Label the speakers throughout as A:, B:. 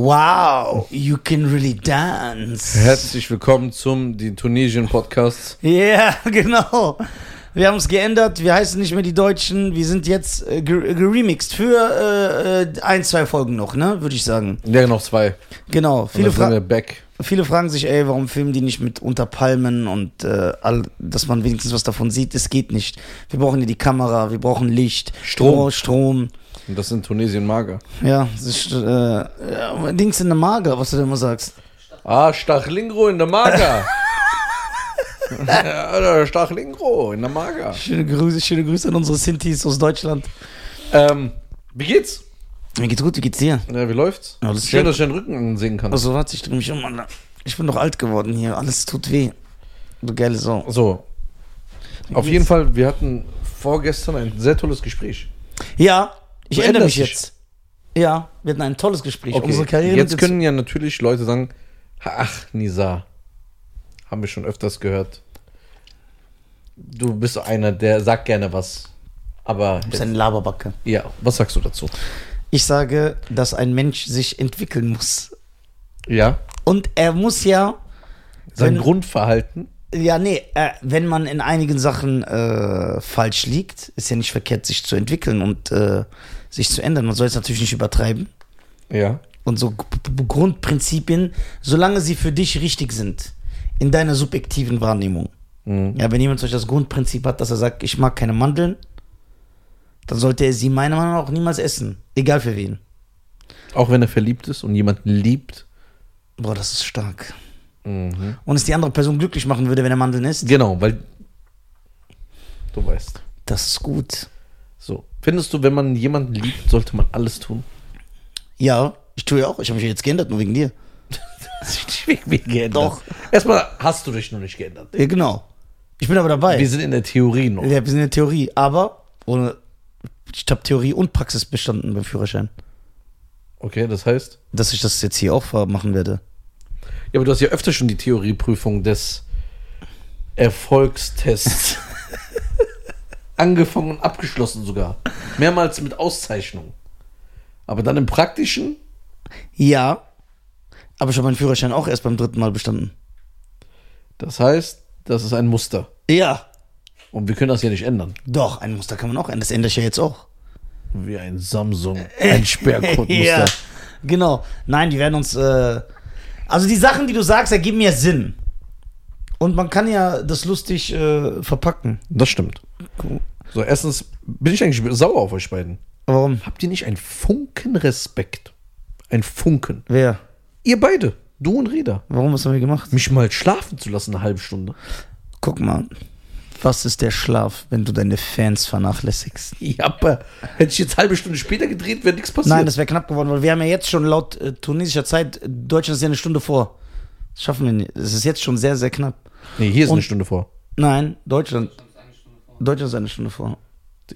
A: Wow, you can really dance.
B: Herzlich willkommen zum die Tunesien Podcast.
A: Ja, genau. Wir haben es geändert, wir heißen nicht mehr die Deutschen, wir sind jetzt äh, ge- geremixed für äh, äh, ein, zwei Folgen noch, ne, würde ich sagen.
B: Ja, noch zwei.
A: Genau,
B: Und
A: viele,
B: dann sind
A: Fra
B: wir back.
A: viele fragen sich, ey, warum filmen die nicht mit unter Palmen und äh, all, dass man wenigstens was davon sieht, es geht nicht. Wir brauchen hier die Kamera, wir brauchen Licht,
B: Strom.
A: Oh, Strom,
B: Und das sind Tunesien mager.
A: ja, es ist, äh, ja, Dings in der Mager, was du da immer sagst.
B: Ah, Stachlingro in der Mager. ja, Alter, Stachlingro in der Mager.
A: Schöne Grüße, schöne Grüße an unsere Sintis aus Deutschland.
B: Ähm, wie geht's?
A: Mir geht's gut, wie geht's dir?
B: Ja, wie läuft's?
A: Ja, das ist
B: Schön,
A: ja-
B: dass ich deinen Rücken ansehen kann.
A: Also warte, ich drehe mich um, Alter. Ich bin doch alt geworden hier, alles tut weh. Du geile Sau.
B: So. Auf
A: geht's?
B: jeden Fall, wir hatten vorgestern ein sehr tolles Gespräch.
A: Ja, ich
B: Du
A: ändere mich
B: änderst dich.
A: jetzt. Ja, wir hatten ein tolles Gespräch. Unsere Karriere
B: jetzt
A: wird
B: können ja natürlich Leute sagen, ach, Nisa, haben wir schon öfters gehört. Du bist einer, der sagt gerne was. Aber
A: ist eine Laberbacke.
B: ja, was sagst du dazu?
A: Ich sage, dass ein Mensch sich entwickeln muss.
B: Ja,
A: Und er muss ja,
B: sein
A: Wenn-
B: Grundverhalten.
A: ja, nee, äh, wenn man in einigen Sachen äh, falsch liegt, ist ja nicht verkehrt, sich zu entwickeln und äh, sich zu ändern. Man soll es natürlich nicht übertreiben.
B: Ja.
A: und so G- G- Grundprinzipien, solange sie für dich richtig sind, in deiner subjektiven Wahrnehmung.
B: Mhm.
A: Ja, wenn jemand zum Beispiel das Grundprinzip hat, dass er sagt, ich mag keine Mandeln, dann sollte er sie meiner Meinung nach auch niemals essen. Egal für wen.
B: Auch wenn er verliebt ist und jemanden liebt.
A: Boah, das ist stark.
B: Mhm.
A: Und es die andere Person glücklich machen würde, wenn er Mandeln isst,
B: Genau, weil du weißt.
A: das ist gut.
B: So, findest du, wenn man jemanden liebt, sollte man alles tun?
A: Ja, ich tue ja auch. Ich habe mich ja jetzt geändert, nur wegen dir. Doch.
B: Erstmal hast du dich noch nicht geändert.
A: Ja, genau. Ich bin aber dabei.
B: Wir sind in der Theorie noch.
A: ja, wir sind in der Theorie, aber ohne, ich habe Theorie und Praxis bestanden beim Führerschein.
B: Okay, das heißt.
A: dass ich das jetzt hier auch ver- machen werde.
B: Ja, aber du hast ja öfter schon die Theorieprüfung des Erfolgstests angefangen und abgeschlossen sogar. Mehrmals mit Auszeichnung. Aber dann im Praktischen,
A: Ja, aber ich habe meinen Führerschein auch erst beim dritten Mal bestanden.
B: das heißt, das ist ein Muster.
A: Ja,
B: Und wir können das ja nicht ändern.
A: doch, ein Muster kann man auch ändern. Das ändere ich ja jetzt auch.
B: Wie ein Samsung, ein Sperrcode-Muster.
A: genau. Nein, die werden uns. Äh, also die Sachen, die du sagst, ergeben ja Sinn. Und man kann ja das lustig äh, verpacken.
B: Das stimmt. So, erstens bin ich eigentlich sauer auf euch beiden.
A: Warum?
B: Habt ihr nicht einen Funken Respekt? Ein Funken.
A: Wer?
B: Ihr beide, du und Reda.
A: Warum? Was haben wir gemacht?
B: Mich mal schlafen zu lassen, eine halbe Stunde.
A: Guck mal. Was ist der Schlaf, wenn du deine Fans vernachlässigst?
B: Ja, aber äh, hätte ich jetzt halbe Stunde später gedreht, wäre nichts passiert.
A: Nein, das wäre knapp geworden, weil wir haben ja jetzt schon laut äh, tunesischer Zeit, äh, Deutschland ist ja eine Stunde vor. Das schaffen wir nicht. Es ist jetzt schon sehr, sehr knapp.
B: nee, hier ist
A: Und-
B: eine Stunde vor.
A: Nein, Deutschland. Deutschland ist eine Stunde vor.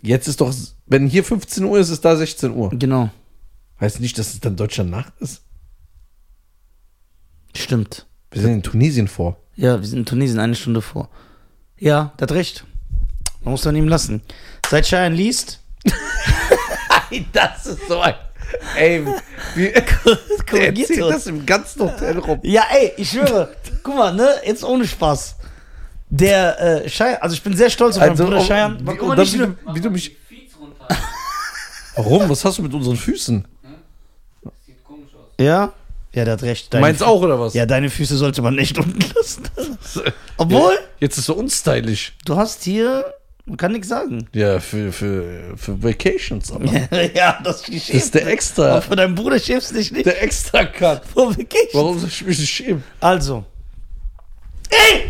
B: Jetzt ist doch, wenn hier 15 Uhr ist, ist da 16 Uhr.
A: Genau.
B: Heißt nicht, dass es dann Deutschland Nacht ist.
A: Stimmt.
B: Wir sind in Tunesien vor.
A: Ja, wir sind in Tunesien eine Stunde vor. Ja, der hat recht. Man muss von ihm lassen. Seit Cheyenne liest.
B: Das ist so ein. Ey, wie
A: korrigiert ihr uns?
B: im ganzen Hotel rum.
A: Ja, ey, ich schwöre. guck mal, ne? Jetzt ohne Spaß. Der äh, Cheyenne, also ich bin sehr stolz auf
B: Also,
A: meinen Bruder
B: um,
A: Cheyenne.
B: wie-
A: Aber guck
B: und
A: mal,
B: dann
A: nicht
B: wieder-
A: nur,
B: Wie du mich-
C: Feeds runter.
B: Warum? Was hast du mit unseren Füßen?
C: Sieht komisch aus.
A: ja? Ja, der hat recht. Deine
B: Meinst
A: Fü-
B: auch, oder was?
A: Ja, deine Füße sollte man nicht unten lassen. Obwohl,
B: Jetzt ist so unstylisch.
A: du hast hier, man kann nichts sagen.
B: Ja, für, für, für Vacations, aber.
A: ja, das ist
B: Das ist der
A: Aber
B: extra.
A: für deinen Bruder schämst du dich nicht.
B: Der extra Cut.
A: Vor wirklich.
B: Warum soll ich mich nicht schämen?
A: Also. Ey!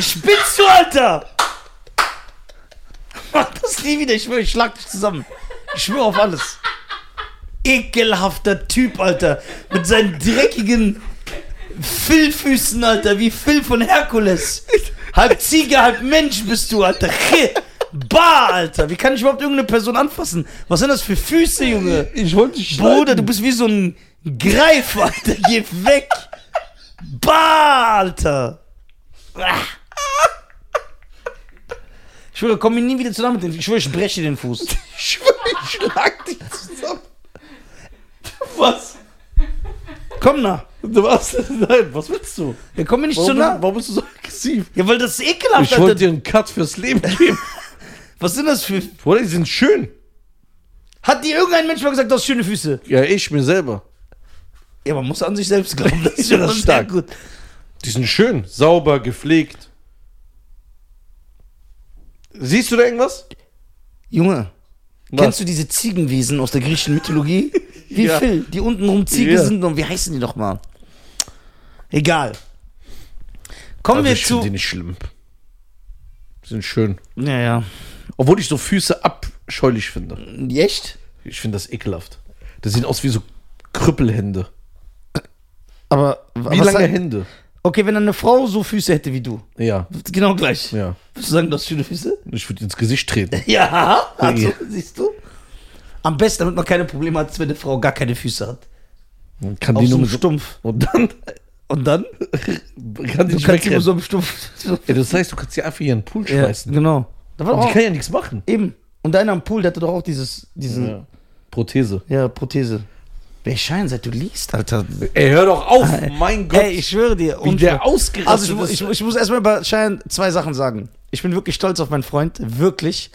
A: Spitzt du, Alter! Mach das nie wieder, ich schwöre, ich schlag dich zusammen. Ich schwöre auf alles. Ekelhafter Typ, Alter. Mit seinen dreckigen Fillfüßen, Alter. Wie Phil von Herkules. Halb Ziege, halb Mensch bist du, Alter. Bah, Alter. Wie kann ich überhaupt irgendeine Person anfassen? Was sind das für Füße, Junge?
B: Ich wollte dich
A: Bruder, du bist wie so ein Greif, Alter. Geh weg. Bah, Alter. Ah. Ich schwöre, komm mir nie wieder zusammen mit dem. Ich schwöre, ich breche den Fuß.
B: Ich schwöre, ich schlag dich zusammen. Was?
A: Komm nah.
B: Du was? Nein, was willst du?
A: Ja, komm mir nicht
B: Warum,
A: zu nah.
B: bist, warum bist du so aggressiv?
A: Ja, weil das ist ekelhaft,
B: Ich
A: Alter.
B: wollte dir einen Cut fürs Leben geben.
A: Was sind das für.
B: Bruder, die sind schön.
A: Hat dir irgendein Mensch mal gesagt, du hast schöne Füße?
B: Ja, ich mir selber.
A: Ja, man muss an sich selbst glauben. Das ist
B: Ja,
A: schon
B: das
A: mal
B: ist
A: sehr
B: stark.
A: gut.
B: Die sind schön, sauber, gepflegt. Siehst du da irgendwas?
A: Junge,
B: Was?
A: kennst du diese Ziegenwesen aus der griechischen Mythologie? Wie
B: Ja.
A: Phil, die untenrum Ziege
B: Ja.
A: sind und wie heißen die nochmal? Egal. Kommen
B: Aber
A: wir
B: ich finde die
A: zu.
B: nicht schlimm. Die sind schön.
A: Ja, ja.
B: Obwohl ich so Füße abscheulich finde.
A: Echt?
B: Ich finde das ekelhaft. Das sieht aus wie so Krüppelhände.
A: Aber was
B: Wie lange
A: sag-
B: Hände?
A: Okay, wenn eine Frau so Füße hätte wie du,
B: Ja,
A: genau gleich.
B: ja.
A: Würdest du sagen, du hast schöne Füße?
B: Ich würde ins Gesicht treten.
A: Ja, also,
B: Ja.
A: siehst du? Am besten, damit man keine Probleme hat, ist, wenn eine Frau gar keine Füße hat.
B: Und kann
A: Auf
B: die
A: so
B: nur
A: einem
B: mit so
A: Stumpf.
B: Und dann
A: Und dann?
B: kann die
A: Du
B: nicht
A: kannst immer
B: wegrennen.
A: so einem Stumpf. So.
B: Ey, das heißt, du kannst sie einfach hier in den Pool
A: Ja,
B: schmeißen.
A: genau. Da war
B: Und die
A: auch,
B: kann ja nichts machen.
A: eben. Und einer am Pool, der hatte doch auch dieses, diesen, ja,
B: Ja. Prothese.
A: Prothese. Wer scheint, seit du liest, Alter.
B: Ey, hör doch auf, mein Gott.
A: Ah, Ey, ich schwöre dir.
B: wie
A: unschwer.
B: der ausgerastet
A: Also ich, mu-
B: ist.
A: ich, mu- ich muss erstmal über Schein zwei Sachen sagen. Ich bin wirklich stolz auf meinen Freund, wirklich.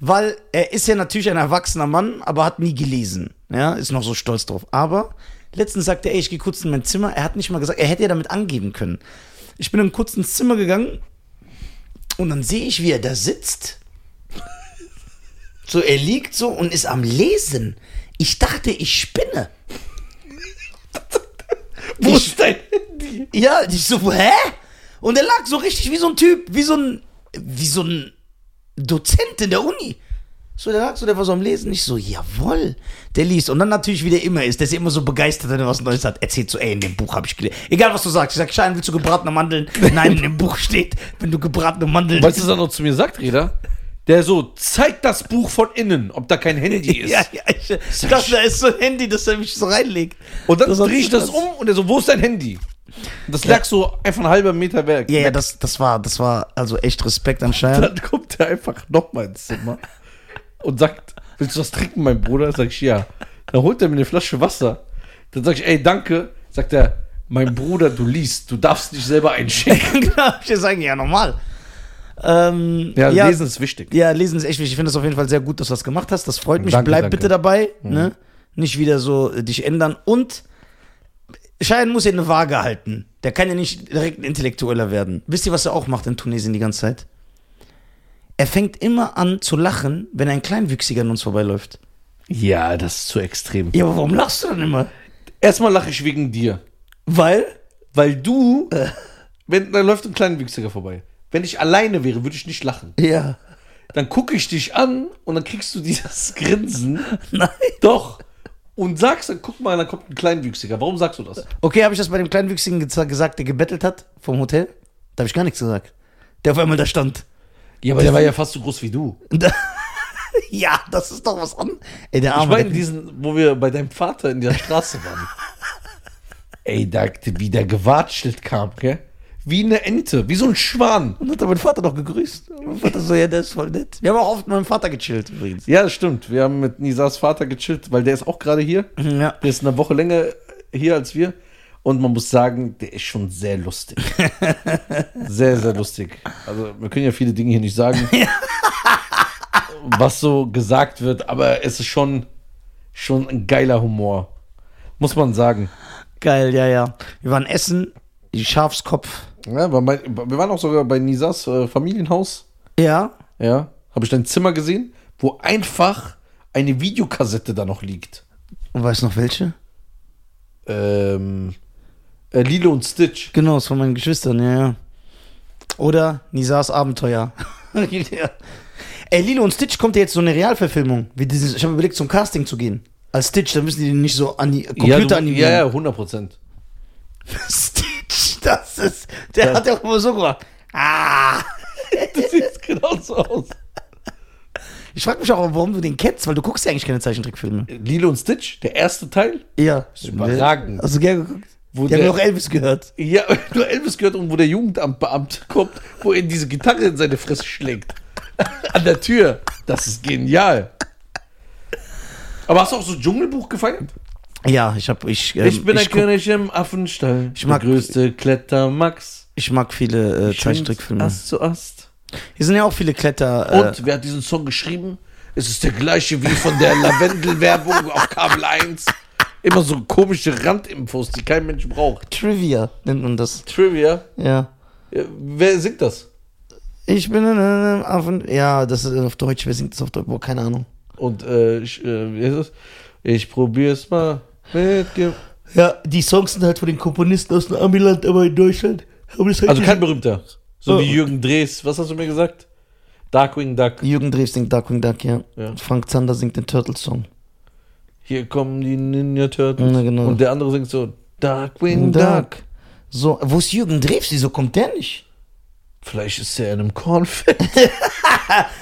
A: Weil er ist ja natürlich ein erwachsener Mann, aber hat nie gelesen. Ja, ist noch so stolz drauf. Aber letztens sagte er, ey, ich gehe kurz in mein Zimmer. Er hat nicht mal gesagt, er hätte ja damit angeben können. Ich bin dann kurz ins Zimmer gegangen und dann sehe ich, wie er da sitzt. So, er liegt so und ist am Lesen. Ich dachte, ich spinne.
B: Wo
A: ich-
B: ist dein Handy?
A: Ja, ich so, hä? Und er lag so richtig wie so ein Typ, wie so ein, wie so ein Dozent in der Uni. So, der lag so, der war so am Lesen. Ich so, jawoll, der liest. Und dann natürlich, wie der immer ist, der ist immer so begeistert, wenn er was Neues hat. Erzählt so, ey, in dem Buch habe ich gelesen. Egal, was du sagst. Ich sag, Schein, willst du gebratene Mandeln? Nein, in dem Buch steht, wenn du gebratene Mandeln...
B: Weißt du, was er noch zu mir sagt, Reda? Der so, zeig das Buch von innen, ob da kein Handy ist.
A: ja, ja, ich, das da ist so ein Handy, dass er mich so reinlegt.
B: Und dann
A: Das hat-
B: drehe ich das um und er so, wo ist dein Handy? Und das lag so einfach einen halben Meter weg.
A: Ja, ja, das, das war, das war also echt Respekt an Schein.
B: Dann kommt er einfach nochmal ins Zimmer und sagt, willst du was trinken, mein Bruder? Sag ich, ja. Dann holt er mir eine Flasche Wasser. Dann sag ich, ey, danke. Sagt er, mein Bruder, du liest, du darfst nicht selber einschenken.
A: genau, ich würde sagen, ja, normal. Ähm,
B: Ja, lesen ist wichtig.
A: Ja, lesen ist echt wichtig. Ich finde es auf jeden Fall sehr gut, dass du das gemacht hast. Das freut mich.
B: Danke,
A: Bleib
B: danke. Mhm.
A: bitte dabei. Ne? Nicht wieder so äh, dich ändern. Und Schein muss ja eine Waage halten. Der kann ja nicht direkt ein Intellektueller werden. Wisst ihr, was er auch macht in Tunesien die ganze Zeit? Er fängt immer an zu lachen, wenn ein Kleinwüchsiger an uns vorbeiläuft.
B: Ja, das ist zu extrem.
A: Ja, aber warum lachst du dann immer?
B: Erstmal lache ich wegen dir.
A: Weil?
B: Weil du, wenn da läuft ein kleiner Wichsiger vorbei. Wenn ich alleine wäre, würde ich nicht lachen.
A: Ja.
B: Dann gucke ich dich an und dann kriegst du dieses Grinsen.
A: Nein.
B: Doch. Und sagst dann, guck mal, da kommt ein Kleinwüchsiger. Warum sagst du das?
A: Okay, habe ich das bei dem Kleinwüchsigen geza- gesagt, der gebettelt hat vom Hotel? Da habe ich gar nichts gesagt. Der auf einmal da stand.
B: Ja, aber der war ja fast so groß wie du.
A: Ja, das ist doch was an. Ey, der
B: Ich
A: Arme.
B: meine,
A: der-
B: diesen, wo wir bei deinem Vater in der Straße waren. Ey, da, wie der gewatschelt kam, gell? Wie eine Ente, wie so ein Schwan.
A: und hat er meinen Vater noch gegrüßt. Und Mein Vater so, ja, der ist voll nett. Wir haben auch oft mit meinem Vater gechillt übrigens.
B: Ja, das stimmt. Wir haben mit Nisas Vater gechillt, weil der ist auch gerade hier.
A: Ja.
B: Der ist eine Woche länger hier als wir. Und man muss sagen, der ist schon sehr lustig. sehr, sehr lustig. Also, wir können ja viele Dinge hier nicht sagen, was so gesagt wird, aber es ist schon, schon ein geiler Humor. Muss man sagen.
A: Geil, ja, ja. Wir waren essen, die Schafskopf.
B: Ja, weil mein, wir waren auch sogar bei Nisas äh, Familienhaus.
A: Ja.
B: Ja. Habe ich dein Zimmer gesehen, wo einfach eine Videokassette da noch liegt.
A: Und weißt du noch welche?
B: Ähm, äh, Lilo und Stitch.
A: Genau, ist von meinen Geschwistern, ja, ja. Oder Nisas Abenteuer. ja. Ey, Lilo und Stitch kommt ja jetzt so eine Realverfilmung. Wie dieses, ich habe überlegt, zum Casting zu gehen. Als Stitch, da müssen die den nicht so an die Computer
B: ja, du,
A: animieren.
B: ja, ja, 100 Prozent.
A: Stitch, das ist. Der hat ja auch immer so gemacht. Ah!
B: Das sieht genauso aus.
A: Ich frage mich auch, warum du den kennst, weil du guckst ja eigentlich keine Zeichentrickfilme.
B: Lilo und Stitch, der erste Teil,
A: Ja. Ist
B: überragend.
A: Hast du gern geguckt?
B: Wo
A: Die haben
B: der-
A: ja auch Elvis gehört.
B: ja, nur Elvis gehört und wo der Jugendamtbeamte kommt, wo er diese Gitarre in seine Fresse schlägt. An der Tür. Das ist genial. Aber hast du auch so Dschungelbuch gefeiert?
D: Ja, ich habe ich, ähm,
B: Ich bin
D: ich,
B: ein
D: guck-
B: König im Affenstall.
D: Ich mag-
B: der größte Klettermax.
D: ich mag viele äh,
B: Schwimmt
D: Zeichentrickfilme.
B: Ast zu Ast.
D: Hier sind ja auch viele Kletter. äh,
B: Und wer hat diesen Song geschrieben? Es ist der gleiche wie von der Lavendel-Werbung auf Kabel 1. Immer so komische Randinfos, die kein Mensch braucht.
D: Trivia nennt man das.
B: Trivia.
D: Ja.
B: Äh, Wer singt das?
D: Ich bin in einem Affen. Ja, das ist auf Deutsch. Wer singt das auf Deutsch? Boah, keine Ahnung.
B: Und äh, ich, äh, wie heißt das? ich probier's mal. Mitge
D: Ja, die Songs sind halt von den Komponisten aus dem Amiland, aber in Deutschland haben das halt.
B: also
D: Also
B: kein berühmter. So
D: Oh.
B: wie Jürgen Drees. Was hast du mir gesagt? Darkwing Duck.
D: Jürgen Dreves singt Darkwing Duck, ja.
B: Ja.
D: Frank Zander singt den Turtles-Song.
B: Hier kommen die Ninja Turtles.
D: Na, genau.
B: Und der andere singt so Darkwing Duck.
D: Duck. So, wo ist Jürgen Dreves? Wieso kommt der nicht?
B: Vielleicht ist er in einem Kornfeld.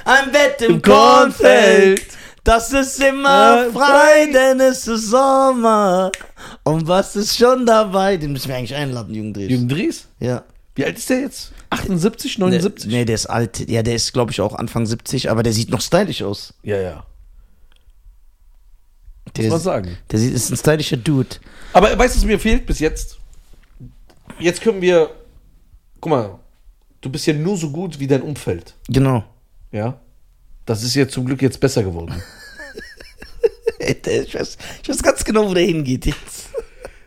D: Ein Bett im,
B: Kornfeld.
D: Das ist immer
B: Äh,
D: frei, denn es ist Sommer. Und was ist schon dabei? Den müssen wir eigentlich einladen, Jürgen Dreves.
B: Jürgen Drees?
D: Ja.
B: Wie alt ist der jetzt? 78,
D: Nee,
B: 79?
D: Ne, Nee, der ist alt. Ja, der ist, glaube ich, auch Anfang 70, aber der sieht noch stylisch aus.
B: Ja, ja.
D: Der,
B: Muss man
D: ist,
B: sagen.
D: der sieht- ist ein stylischer Dude.
B: Aber weißt du, was mir fehlt bis jetzt? Jetzt können wir. Guck mal, du bist ja nur so gut wie dein Umfeld.
D: Genau.
B: Ja. Das ist ja zum Glück jetzt besser geworden.
D: Ich weiß, ich weiß ganz genau, wo der hingeht jetzt.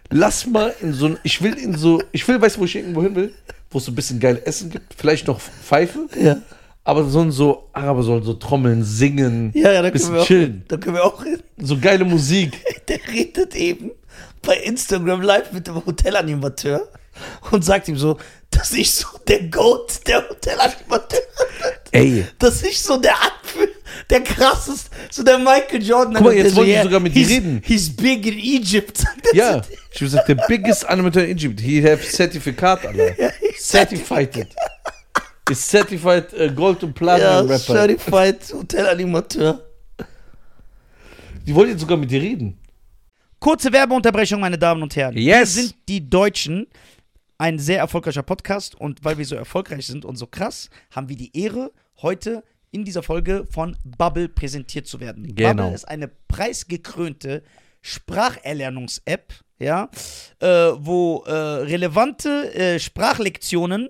B: Lass mal in so ein. Ich will in so. Ich will, weißt du, wo ich irgendwo hin will? Wo es so ein bisschen geil Essen gibt. Vielleicht noch Pfeife.
D: Ja.
B: Aber sollen so. Araber sollen so trommeln, singen.
D: Ja, ja, da können, wir
B: bisschen
D: auch,
B: chillen.
D: da können wir auch hin.
B: So geile Musik.
D: Der redet eben bei Instagram live mit dem Hotelanimateur und sagt ihm so, dass ich so der Goat der Hotelanimateur bin.
B: Ey.
D: Dass ich so der Anführer, der krasseste, so der Michael Jordan.
B: Guck mal,
D: Und
B: jetzt
D: der so,
B: wollen die
D: yeah,
B: sogar mit dir
D: he's-
B: reden.
D: He's big in Egypt, sagt er
B: Ja,
D: zu dir.
B: she was like the biggest animator in Egypt. He have certificat, Alter. Certified. it. Is certified äh, Gold und
D: Ja,
B: Platinum Rapper.
D: Certified Hotelanimateur.
B: Die wollen jetzt sogar mit dir reden.
D: Kurze Werbeunterbrechung, meine Damen und Herren.
B: Yes.
D: Wir sind die Deutschen, ein sehr erfolgreicher Podcast und weil wir so erfolgreich sind und so krass, haben wir die Ehre, heute in dieser Folge von Bubble präsentiert zu werden.
B: Genau.
D: Bubble ist eine preisgekrönte Spracherlernungs-App, ja, äh, wo äh, relevante äh, Sprachlektionen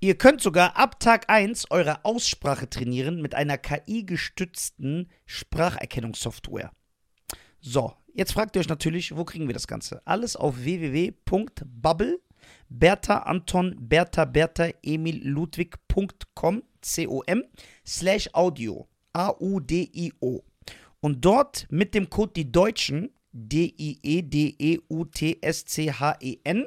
D: Ihr könnt sogar ab Tag 1 eure Aussprache trainieren mit einer KI-gestützten Spracherkennungssoftware. So, jetzt fragt ihr euch natürlich, wo kriegen wir das Ganze? Alles auf www.bubble, Bertha Anton, Bertha Bertha Emil Ludwig.com, C-O-M, slash Audio, A-U-D-I-O. Und dort mit dem Code die Deutschen, E D-I-E-D-E-U-T-S-C-H-E-N,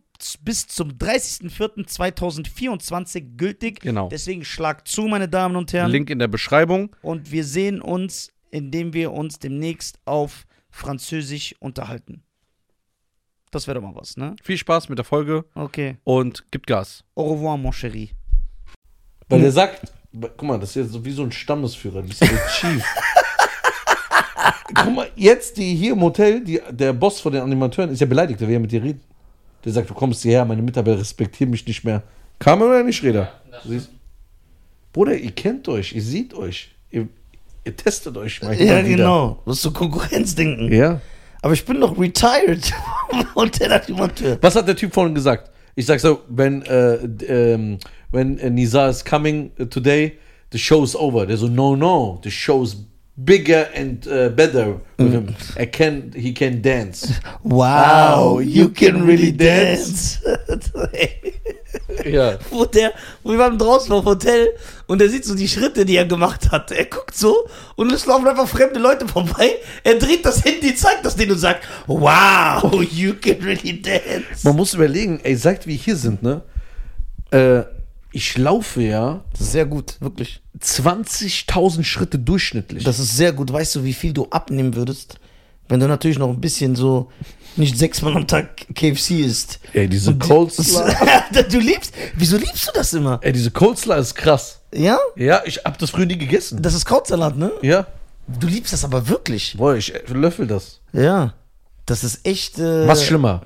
D: z- bis zum 30.04.2024 gültig.
E: Genau.
D: Deswegen schlag zu, meine Damen und Herren.
E: Link in der Beschreibung.
D: Und wir sehen uns, indem wir uns demnächst auf Französisch unterhalten. Das wäre doch mal was, ne?
E: Viel Spaß mit der Folge
D: Okay.
E: und gib Gas.
D: Au revoir, mon chéri.
B: Weil der sagt, guck mal, das ist jetzt so wie so ein Stammesführer, das ist der Chief. guck mal, jetzt die hier im Hotel, die, der Boss von den Animateuren ist ja beleidigt, der will ja mit dir reden. Der sagt, du kommst hierher, meine Mitarbeiter respektieren mich nicht mehr. Kam er oder nicht, Reda?
C: Das
B: Du siehst- Bruder, ihr kennt euch, ihr seht euch, ihr, ihr testet euch manchmal
D: Ja,
B: wieder.
D: genau. Das ist so Konkurrenzdenken.
B: Ja.
D: Aber ich bin doch retired. und der hat jemand.
B: Was hat der Typ vorhin gesagt? Ich sag so, wenn, äh, d- ähm, wenn äh, Nizar is coming today, the show is over. Der so, no, no, the show is bigger and äh, better with him. Er can, he can dance.
D: Wow,
B: you can really
D: dance.
B: ja.
D: wo der, wo wir waren draußen auf dem Hotel und er sieht so die Schritte, die er gemacht hat. Er guckt so und es laufen einfach fremde Leute vorbei. Er dreht das Handy, zeigt das denen und sagt, wow, you can really dance.
B: Man muss überlegen, ey, sagt, wie wir hier sind, ne? Äh, ich laufe ja
D: Das ist sehr gut, wirklich.
B: 20.000 Schritte durchschnittlich.
D: Das ist sehr gut. Weißt du, wie viel du abnehmen würdest, wenn du natürlich noch ein bisschen so nicht sechsmal am Tag KFC isst.
B: ey, diese Coleslaw.
D: du liebst, wieso liebst du das immer?
B: ey, diese Coleslaw ist krass.
D: Ja?
B: Ja, ich hab das früher nie gegessen.
D: Das ist Krautsalat, ne?
B: Ja.
D: Du liebst das aber wirklich.
B: Boah, ich äh, löffel das.
D: Ja. Das ist echt. Äh,
B: Was schlimmer?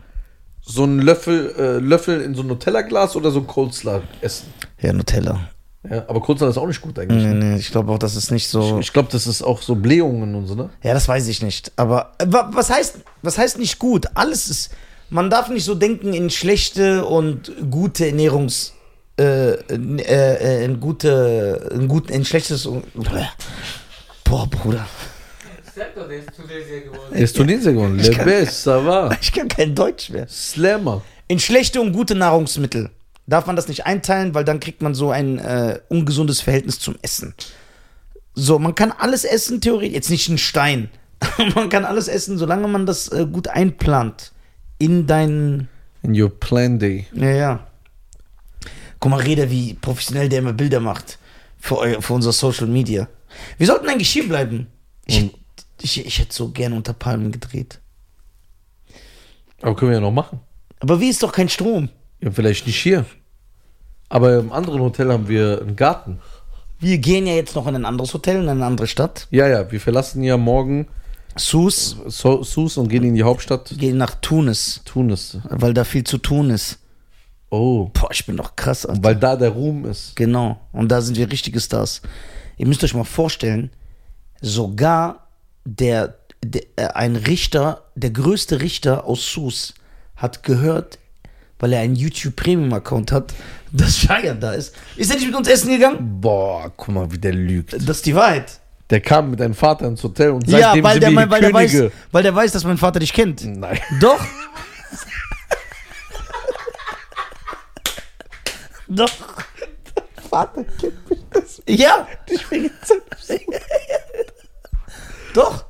B: So ein Löffel, äh, Löffel in so ein Nutella-Glas oder so ein Coleslaw essen?
D: Ja, Nutella.
B: Ja, aber Coleslaw ist auch nicht gut eigentlich.
D: Nee, nee, ich glaube auch, das ist nicht so.
B: Ich glaube, das ist auch so Blähungen und so, ne?
D: Ja, das weiß ich nicht. Aber äh, wa- was heißt, was heißt nicht gut? Alles ist. Man darf nicht so denken in schlechte und gute Ernährungs. Äh, äh, äh, in gute. In, guten, in schlechtes. und- Boah, Bruder.
C: Sag doch, der ist zu sehr geworden.
B: Er ist Tunesier geworden. Le best, ça va.
D: Ich kann kein Deutsch mehr.
B: Slammer.
D: In schlechte und gute Nahrungsmittel darf man das nicht einteilen, weil dann kriegt man so ein äh, ungesundes Verhältnis zum Essen. So, man kann alles essen, theoretisch. Jetzt nicht einen Stein. man kann alles essen, solange man das äh, gut einplant. In deinen.
B: In your plan day.
D: Ja, ja. Guck mal, Reda, wie professionell der immer Bilder macht. Für, eu, für unser Social Media. Wir sollten eigentlich hier bleiben. Ich, ich, ich hätte so gerne unter Palmen gedreht.
B: Aber können wir ja noch machen.
D: Aber wie ist doch kein Strom?
B: Ja, vielleicht nicht hier. Aber im anderen Hotel haben wir einen Garten.
D: Wir gehen ja jetzt noch in ein anderes Hotel, in eine andere Stadt.
B: Ja, ja, wir verlassen ja morgen
D: Sus.
B: so Sus und gehen in die Hauptstadt
D: gehe nach Tunis,
B: Tunis.
D: weil da viel zu tun ist.
B: Oh.
D: Boah, ich bin doch krass, Alter.
B: Weil da der Ruhm ist.
D: Genau. Und da sind wir richtige Stars. Ihr müsst euch mal vorstellen, sogar der, der äh, ein Richter, der größte Richter aus Sus, hat gehört, weil er einen YouTube Premium Account hat, dass Shaya da ist. Ist er nicht mit uns essen gegangen?
B: Boah, guck mal, wie der lügt.
D: Das ist die Wahrheit.
B: Der kam mit deinem Vater ins Hotel und seitdem
D: ja, weil
B: sind
D: der,
B: wir
D: mein,
B: die
D: weil, der weiß,
B: Könige. Hm.
D: weil der weiß, dass mein Vater dich kennt.
B: Nein.
D: Doch. Doch. Vater kennt mich das. Ja. Doch.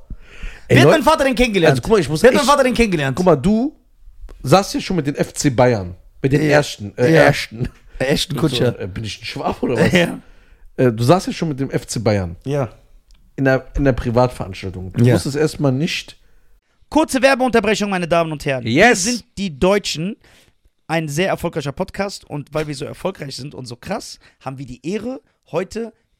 B: Ey,
D: Wer hat
B: Leute,
D: meinen Vater denn kennengelernt?
B: Also, guck mal, ich muss
D: Wer hat meinen
B: echt-
D: Vater denn kennengelernt?
B: guck mal, du saßt ja schon mit den FC Bayern. Mit den
D: Ja.
B: ersten. Äh,
D: Ja.
B: ersten.
D: Ashton
B: So,
D: Kutscher.
B: äh, bin ich ein Schwab oder was?
D: Ja.
B: Äh, du saßt ja schon mit dem FC Bayern.
D: ja.
B: In der, in der Privatveranstaltung. Du
D: Ja.
B: musstest erstmal nicht.
D: Kurze Werbeunterbrechung, meine Damen und Herren.
B: Yes.
D: Wir sind die Deutschen. Ein sehr erfolgreicher Podcast und weil wir so erfolgreich sind und so krass, haben wir die Ehre, heute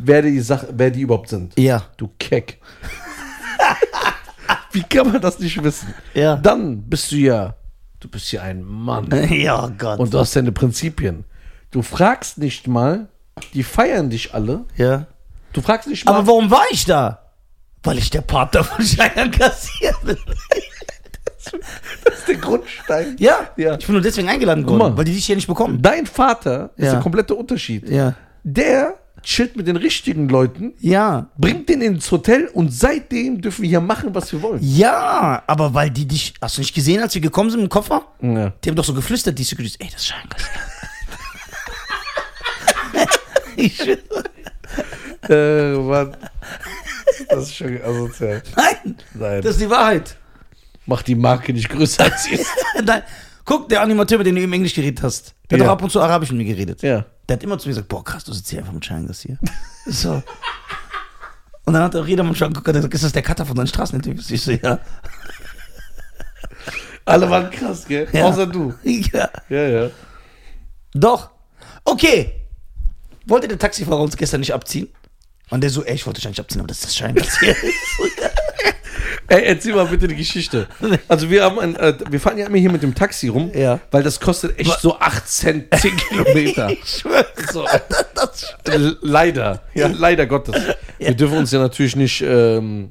B: Wer die, Sache, wer die überhaupt sind.
D: Ja,
B: Du Keck. wie kann man das nicht wissen?
D: ja.
B: Dann bist du ja Du bist ja ein Mann.
A: ja, Gott.
B: Und du hast deine Prinzipien. Du fragst nicht mal, die feiern dich alle.
A: ja.
B: Du fragst nicht mal.
A: Aber warum war ich da? Weil ich der Partner von Scheiern Kassier bin.
B: das ist der Grundstein.
A: Ja,
B: Ja.
A: ich bin nur deswegen eingeladen
B: Guck
A: worden,
B: mal.
A: weil die dich hier nicht bekommen.
B: Dein Vater ist
A: Ja.
B: der komplette Unterschied.
A: Ja.
B: Der chillt mit den richtigen Leuten,
A: Ja.
B: bringt den ins Hotel und seitdem dürfen wir hier machen, was wir wollen.
A: Ja, aber weil die dich. Hast du nicht gesehen, als wir gekommen sind im Koffer?
B: Ja.
A: Die haben doch so geflüstert, die Securities. Ey, das ist Scheiern Kassier. ich schwöre.
B: Äh, Mann. Das ist schon asozial.
A: Nein,
B: Nein.
A: das ist die Wahrheit.
B: Mach die Marke nicht größer als sie ist.
A: Nein. Guck, der Animateur, mit dem du im Englisch geredet hast, der hat
B: Ja.
A: auch ab und zu Arabisch mit mir geredet.
B: ja.
A: Der hat immer zu mir gesagt, boah, krass, du sitzt hier einfach mit Scheingas hier. so. Und dann hat auch jeder mal schon geguckt und gesagt, ist das der Cutter von deinen Straßeninterviews? Ich so, ja.
B: Alle waren krass, gell?
A: Ja.
B: Außer du.
A: ja.
B: Ja, ja.
A: Doch. Okay. Wollte der Taxifahrer uns gestern nicht abziehen? Und der so, ey, ich wollte dich eigentlich abziehen, aber das ist das Scheingas hier.
B: Ey, erzähl mal bitte die Geschichte. Also wir haben ein, äh, wir fahren ja immer hier mit dem Taxi rum,
A: Ja.
B: weil das kostet echt so 8 Cent 10 Kilometer.
A: ich schwöre.
B: So.
A: Das stimmt.
B: Äh, Leider, ja, leider Gottes. Wir dürfen uns ja natürlich nicht ähm,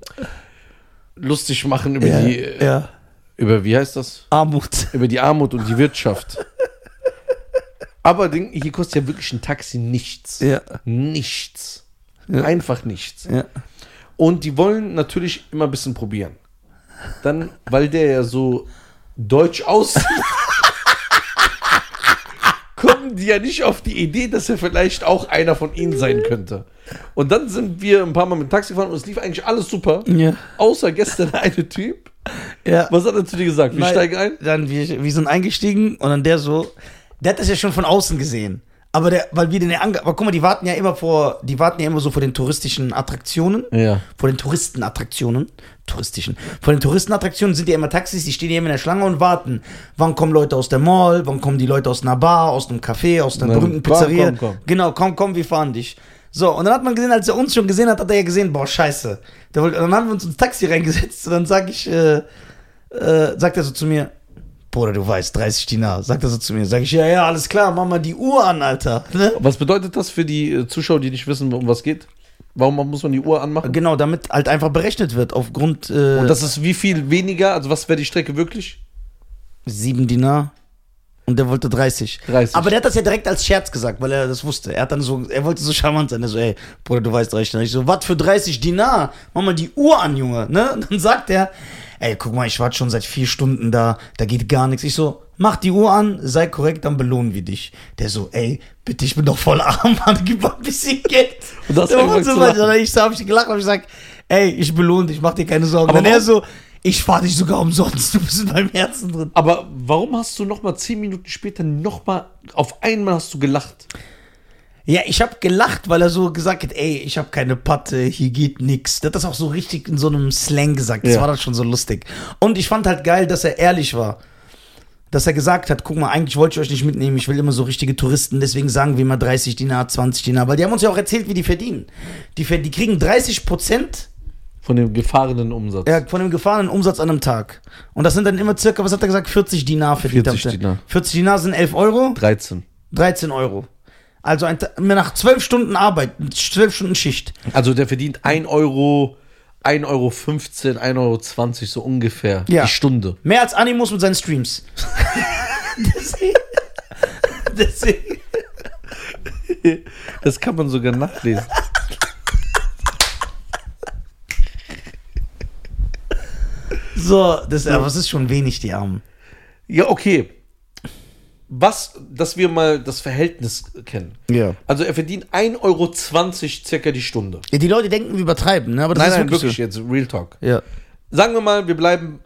B: lustig machen über
A: Ja,
B: die, äh,
A: ja.
B: über wie heißt das?
A: Armut.
B: Über die Armut und die Wirtschaft. Aber den- hier kostet ja wirklich ein Taxi nichts.
A: Ja.
B: Nichts.
A: Ja.
B: Einfach nichts.
A: Ja.
B: Und die wollen natürlich immer ein bisschen probieren. Dann, weil der ja so deutsch aussieht, kommen die ja nicht auf die Idee, dass er vielleicht auch einer von ihnen sein könnte. Und dann sind wir ein paar Mal mit dem Taxi gefahren und es lief eigentlich alles super.
A: Ja.
B: Außer gestern der eine Typ.
A: ja.
B: Was hat er zu dir gesagt? Wir
A: Nein,
B: steigen ein.
A: Dann, wir, wir sind eingestiegen und dann der so, der hat das ja schon von außen gesehen. Aber der, weil wir den ja ange aber guck mal, die warten ja immer vor, die warten ja immer so vor den touristischen Attraktionen.
B: Ja.
A: Vor den Touristenattraktionen. Touristischen. Vor den Touristenattraktionen sind ja immer Taxis, die stehen ja immer in der Schlange und warten. Wann kommen Leute aus der Mall? Wann kommen die Leute aus einer Bar, aus einem Café, aus einer
B: Nein,
A: berühmten
B: komm,
A: Pizzeria?
B: komm, komm.
A: Genau, komm, komm, wir fahren dich. So, und dann hat man gesehen, als er uns schon gesehen hat, hat er ja gesehen, boah, scheiße. Der wollte, dann haben wir uns ins Taxi reingesetzt und dann sag ich, äh, äh, sagt er so zu mir, Bruder, du weißt, 30 Dinar. Sagt er so zu mir. Sag ich, ja, ja, alles klar, mach mal die Uhr an, Alter. Ne?
B: Was bedeutet das für die äh, Zuschauer, die nicht wissen, um was geht? Warum muss man die Uhr anmachen?
A: Genau, damit halt einfach berechnet wird, aufgrund äh,
B: Und das ist wie viel weniger? Also was wäre die Strecke wirklich?
A: 7 Dinar. Und der wollte 30.
B: 30.
A: Aber der hat das ja direkt als Scherz gesagt, weil er das wusste. Er hat dann so, er wollte so charmant sein. Er so, ey, Bruder, du weißt 30 Dinar. Ich so, was für 30 Dinar? Mach mal die Uhr an, Junge. Ne? Und dann sagt er, ey, guck mal, ich warte schon seit vier Stunden da, da geht gar nichts. Ich so, mach die Uhr an, sei korrekt, dann belohnen wir dich. Der so, ey, bitte, ich bin doch voll arm, Mann, gib mal ein bisschen Geld.
B: Und das
A: Der
B: einfach
A: macht so
B: zu
A: weiter.
B: lachen.
A: Dann ich so, hab ich gelacht und hab gesagt, ey, ich belohne dich, mach dir keine Sorgen.
B: Aber
A: dann er
B: warum-
A: so, ich fahre dich sogar umsonst, du bist in meinem Herzen drin.
B: Aber warum hast du nochmal zehn Minuten später nochmal, auf einmal hast du gelacht?
A: Ja, ich hab gelacht, weil er so gesagt hat, ey, ich hab keine Patte, hier geht nix. Der hat das auch so richtig in so einem Slang gesagt. Das
B: Ja.
A: war dann schon so lustig. Und ich fand halt geil, dass er ehrlich war. Dass er gesagt hat, guck mal, eigentlich wollte ich euch nicht mitnehmen, ich will immer so richtige Touristen, deswegen sagen wir immer 30 Dinar, 20 Dinar, weil die haben uns ja auch erzählt, wie die verdienen. Die, ver- die kriegen 30 Prozent
B: Von dem gefahrenen Umsatz.
A: ja, von dem gefahrenen Umsatz an einem Tag. Und das sind dann immer circa, was hat er gesagt, 40 Dinar verdient.
B: 40
A: habt ihr.
B: Dinar.
A: 40 Dinar sind 11 Euro.
B: 13.
A: 13 Euro. Also ein, Ta- nach 12 Stunden Arbeit, 12 Stunden Schicht.
B: Also der verdient 1 Euro, 1,15 Euro, 1,20 Euro, so ungefähr
A: Ja.
B: die Stunde.
A: Mehr als Animus mit seinen Streams. deswegen, deswegen.
B: Das kann man sogar nachlesen.
A: So, das, aber es ist schon wenig, die Armen.
B: ja, okay. Was, dass wir mal das Verhältnis kennen.
A: Ja.
B: Also er verdient 1,20 Euro circa die Stunde.
A: Die Leute denken, wir übertreiben, ne? aber das
B: nein,
A: ist
B: nein,
A: wirklich,
B: wirklich jetzt, Real Talk.
A: so. Ja.
B: Sagen wir mal, wir bleiben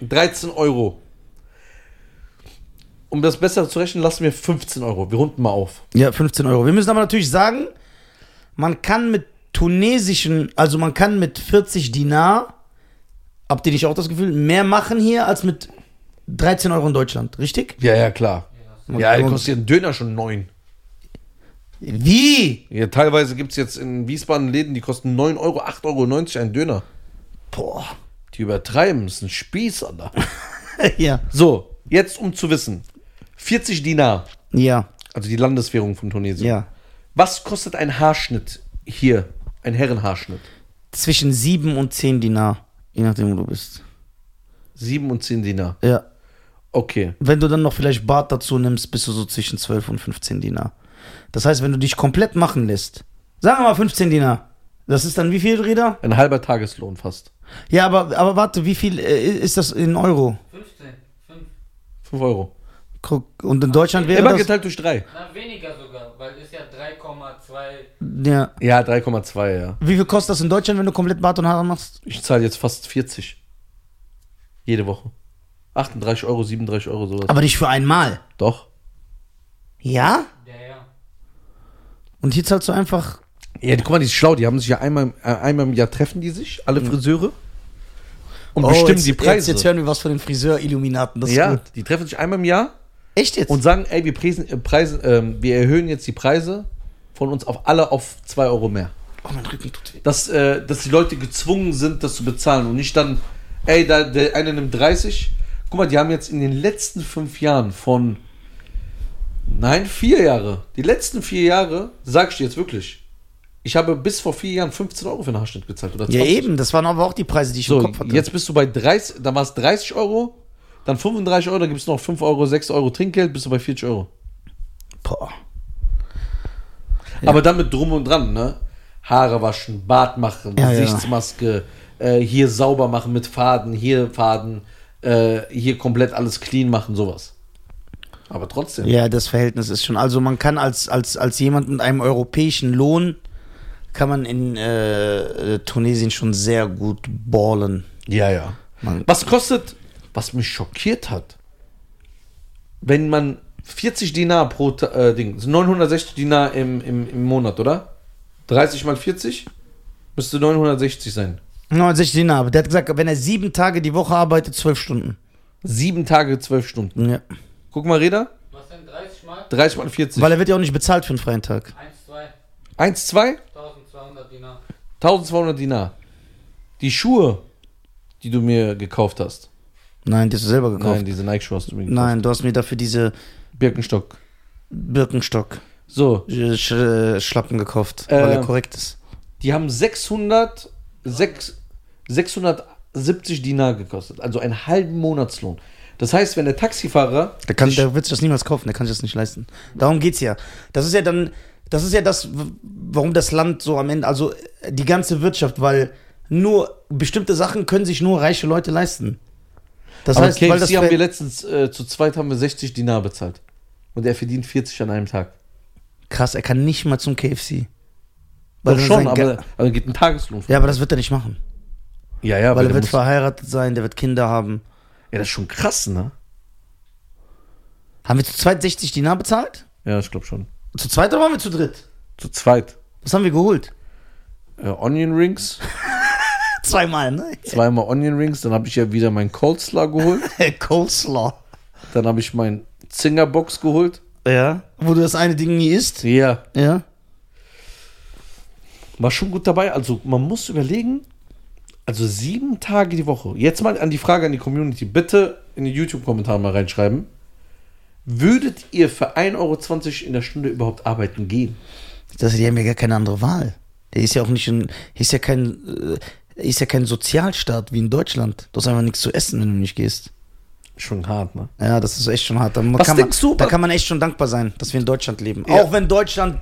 B: 13 Euro. Um das besser zu rechnen, lassen wir 15 Euro. Wir runden mal auf.
A: ja, 15 Euro. Wir müssen aber natürlich sagen, man kann mit tunesischen, also man kann mit 40 Dinar, habt ihr nicht auch das Gefühl, mehr machen hier als mit 13 Euro in Deutschland, richtig?
B: Ja, ja, klar.
A: Man-
B: Ja, der
A: man-
B: kostet ein Döner schon 9.
A: Wie?
B: Ja, teilweise gibt es jetzt in Wiesbaden Läden, die kosten 9 Euro, 8,90 Euro ein Döner.
A: Boah.
B: Die übertreiben, ist ein Spieß, Alter.
A: ja.
B: So, Jetzt, um zu wissen. 40 Dinar,
D: Ja,
B: also die Landeswährung von Tunesien.
D: ja.
B: Was kostet ein Haarschnitt hier? Ein Herrenhaarschnitt?
D: Zwischen 7 und 10 Dinar, je nachdem, wo du bist.
B: 7 und 10 Dinar.
D: Ja.
B: Okay.
D: Wenn du dann noch vielleicht Bart dazu nimmst, bist du so zwischen 12 und 15 Dinar. Das heißt, wenn du dich komplett machen lässt, sagen wir mal 15 Dinar. Das ist dann wie viel, Reda?
B: Ein halber Tageslohn fast.
D: Ja, aber, aber warte, wie viel äh, ist das in Euro?
C: 15, 5.
B: 5 Euro.
D: Guck, Und in Deutschland wäre
B: Immer
D: das...
B: geteilt durch 3.
C: Na, weniger sogar, weil es ist ja 3,2.
D: Ja.
B: Ja, 3,2, ja.
D: Wie viel kostet das in Deutschland, wenn du komplett Bart und Haare machst?
B: Ich zahle jetzt fast 40. Jede Woche. 38 Euro, 37 Euro, sowas.
D: Aber nicht für einmal.
B: Doch.
D: Ja?
C: Ja, ja.
D: Und hier zahlst du einfach.
B: Ja, guck mal, die ist schlau. Die haben sich ja einmal, im- äh, einmal im Jahr treffen die sich, alle Friseure. Und bestimmen
D: Oh, jetzt,
B: die
D: Jetzt,
B: Preise.
D: jetzt hören wir was von den Friseur-Illuminaten. Das ist
B: ja,
D: ja. gut.
B: die treffen sich einmal im Jahr
D: Echt jetzt?
B: und sagen, ey, wir, presen, äh, Preisen, ähm, wir erhöhen jetzt die Preise von uns auf alle auf 2 Euro mehr.
D: oh, mein Rücken tut weh.
B: Dass, äh, dass die Leute gezwungen sind, das zu bezahlen und nicht dann, ey, da, der eine nimmt 30. Guck mal, die haben jetzt in den letzten fünf Jahren von, nein, vier Jahre, die letzten vier Jahre, sag ich dir jetzt wirklich, ich habe bis vor vier Jahren 15 Euro für einen Haarschnitt gezahlt. Oder
D: Ja,
B: 20.
D: eben. Das waren aber auch die Preise, die ich im
B: So,
D: Kopf hatte.
B: jetzt bist du bei 30, dann war es 30 Euro, dann 35 Euro, dann gibt es noch 5 Euro, 6 Euro Trinkgeld, bist du bei 40 Euro.
D: Boah.
B: Aber dann mit drum und dran, ne? Haare waschen, Bart machen,
D: Ja, ja.
B: Gesichtsmaske, Äh, hier sauber machen mit Faden, hier Faden, äh, hier komplett alles clean machen, sowas. Aber trotzdem.
D: Ja, das Verhältnis ist schon. Also man kann als, als, als jemand mit einem europäischen Lohn kann man in äh, äh, Tunesien schon sehr gut ballen.
B: Ja, ja.
D: Man-
B: Was kostet, was mich schockiert hat, wenn man 40 Dinar pro Ta- äh, Ding, das sind 960 Dinar im, im, im Monat, oder? 30 mal 40 müsste 960 sein.
D: 90 Dinar, aber der hat gesagt, wenn er sieben Tage die Woche arbeitet, zwölf Stunden.
B: Sieben Tage, 12 Stunden.
D: Ja.
B: Guck mal, Reda,
C: Was denn 30 mal?
B: 30 mal 40.
D: Weil er wird ja auch nicht bezahlt für einen freien Tag.
C: 1, 2,
B: 1, 2,
C: 1200 Dinar.
B: 1200 Dinar. Die Schuhe, die du mir gekauft hast.
D: Nein, die hast du selber gekauft.
B: Nein, diese Nike-Schuhe hast du mir gekauft.
D: Nein, du hast mir dafür diese
B: Birkenstock.
D: Birkenstock
B: So,
D: äh, Sch äh, Schlappen gekauft,
B: Äh.
D: weil er korrekt ist.
B: Die haben 600, sechs- 670 Dinar gekostet, also einen halben Monatslohn. Das heißt, wenn der Taxifahrer,
D: Der, kann,
B: sich-
D: der wird sich das niemals kaufen, der kann sich das nicht leisten. Darum geht's ja. Das ist ja dann, das ist ja das, w- warum das Land so am Ende, also äh, die ganze Wirtschaft, weil nur bestimmte Sachen können sich nur reiche Leute leisten. Das
B: aber
D: heißt,
B: KFC
D: weil das
B: haben wir
D: Ver-
B: letztens äh, zu zweit haben wir 60 Dinar bezahlt und er verdient 40 an einem Tag.
D: krass, er kann nicht mal zum KFC.
B: Doch
D: dann
B: schon,
D: sein Ge-
B: aber also geht ein Tageslohn.
D: ja, aber das wird er nicht machen,
B: Ja, ja,
D: weil
B: weil
D: er
B: der
D: wird
B: muss, ja,
D: verheiratet sein, der wird Kinder haben.
B: das ist schon krass, ne?
D: Haben wir zu zweit 60 Dinar bezahlt?
B: Ja, ich glaube schon.
D: Zu zweit oder waren wir zu dritt?
B: Zu zweit
D: Was haben wir geholt?
B: äh, Onion Rings,
D: Zweimal, ne?
B: zweimal Onion Rings, dann habe ich ja wieder mein Coleslaw geholt,
D: Coleslaw.
B: dann habe ich mein Zingerbox geholt.
D: Ja. Wo du das eine Ding nie isst.
B: Ja,
D: Ja.
B: war schon gut dabei. Also man muss überlegen, also sieben Tage die Woche. Jetzt mal an die Frage an die Community. Bitte in die YouTube-Kommentare mal reinschreiben. Würdet ihr für 1,20 Euro in der Stunde überhaupt arbeiten gehen?
D: Das, die haben ja gar keine andere Wahl. Der ist ja auch nicht ein, ist ja kein, äh, ist ja kein Sozialstaat wie in Deutschland. Du hast einfach nichts zu essen, wenn du nicht gehst.
B: Schon hart, ne?
D: Ja, das ist echt schon hart. Da,
B: Was
D: kann man,
B: denkst du,
D: da
B: was-
D: kann man echt schon dankbar sein, dass wir in Deutschland leben.
B: Ja.
D: Auch wenn Deutschland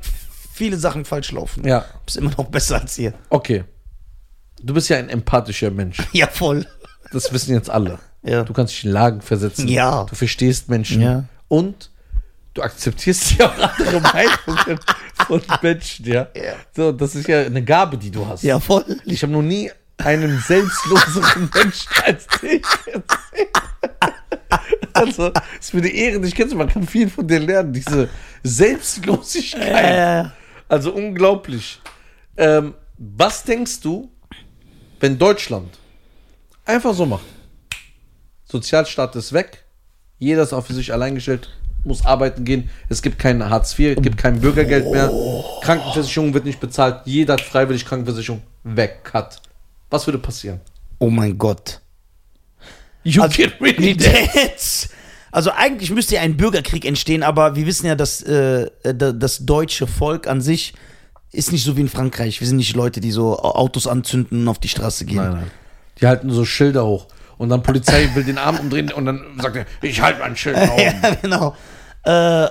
D: viele Sachen falsch laufen.
B: Ja.
D: Ist immer noch besser als hier.
B: Okay. Du bist ja ein empathischer Mensch.
D: Ja, voll.
B: Das wissen jetzt alle.
D: Ja.
B: Du kannst dich in Lagen versetzen.
D: Ja.
B: Du verstehst Menschen.
D: Ja.
B: Und du akzeptierst ja auch andere Meinungen von Menschen, ja?
D: Ja.
B: So, das ist ja eine Gabe, die du hast.
D: Ja, voll.
B: Ich habe noch nie einen selbstloseren Menschen als dich gesehen. Also, es ist mir eine Ehre, dich kennenzulernen. Man kann viel von dir lernen, diese Selbstlosigkeit.
D: Äh,
B: Also unglaublich. Ähm, was denkst du, wenn Deutschland einfach so macht? Sozialstaat ist weg, jeder ist auf sich allein gestellt, muss arbeiten gehen, es gibt kein Hartz IV, es gibt kein Bürgergeld mehr, Krankenversicherung wird nicht bezahlt, jeder hat freiwillig Krankenversicherung weg, cut. Was würde passieren?
D: oh mein Gott.
B: You
D: Also,
B: can really
D: Jetzt. Also eigentlich müsste ja ein Bürgerkrieg entstehen, aber wir wissen ja, dass äh, da- das deutsche Volk an sich ist nicht so wie in Frankreich. Wir sind nicht Leute, die so Autos anzünden und auf die Straße gehen.
B: Nein, nein. Die halten so Schilder hoch. Und dann Polizei will den Arm umdrehen und dann sagt er, ich halte mein Schild nach oben.
D: Ja, genau. Äh,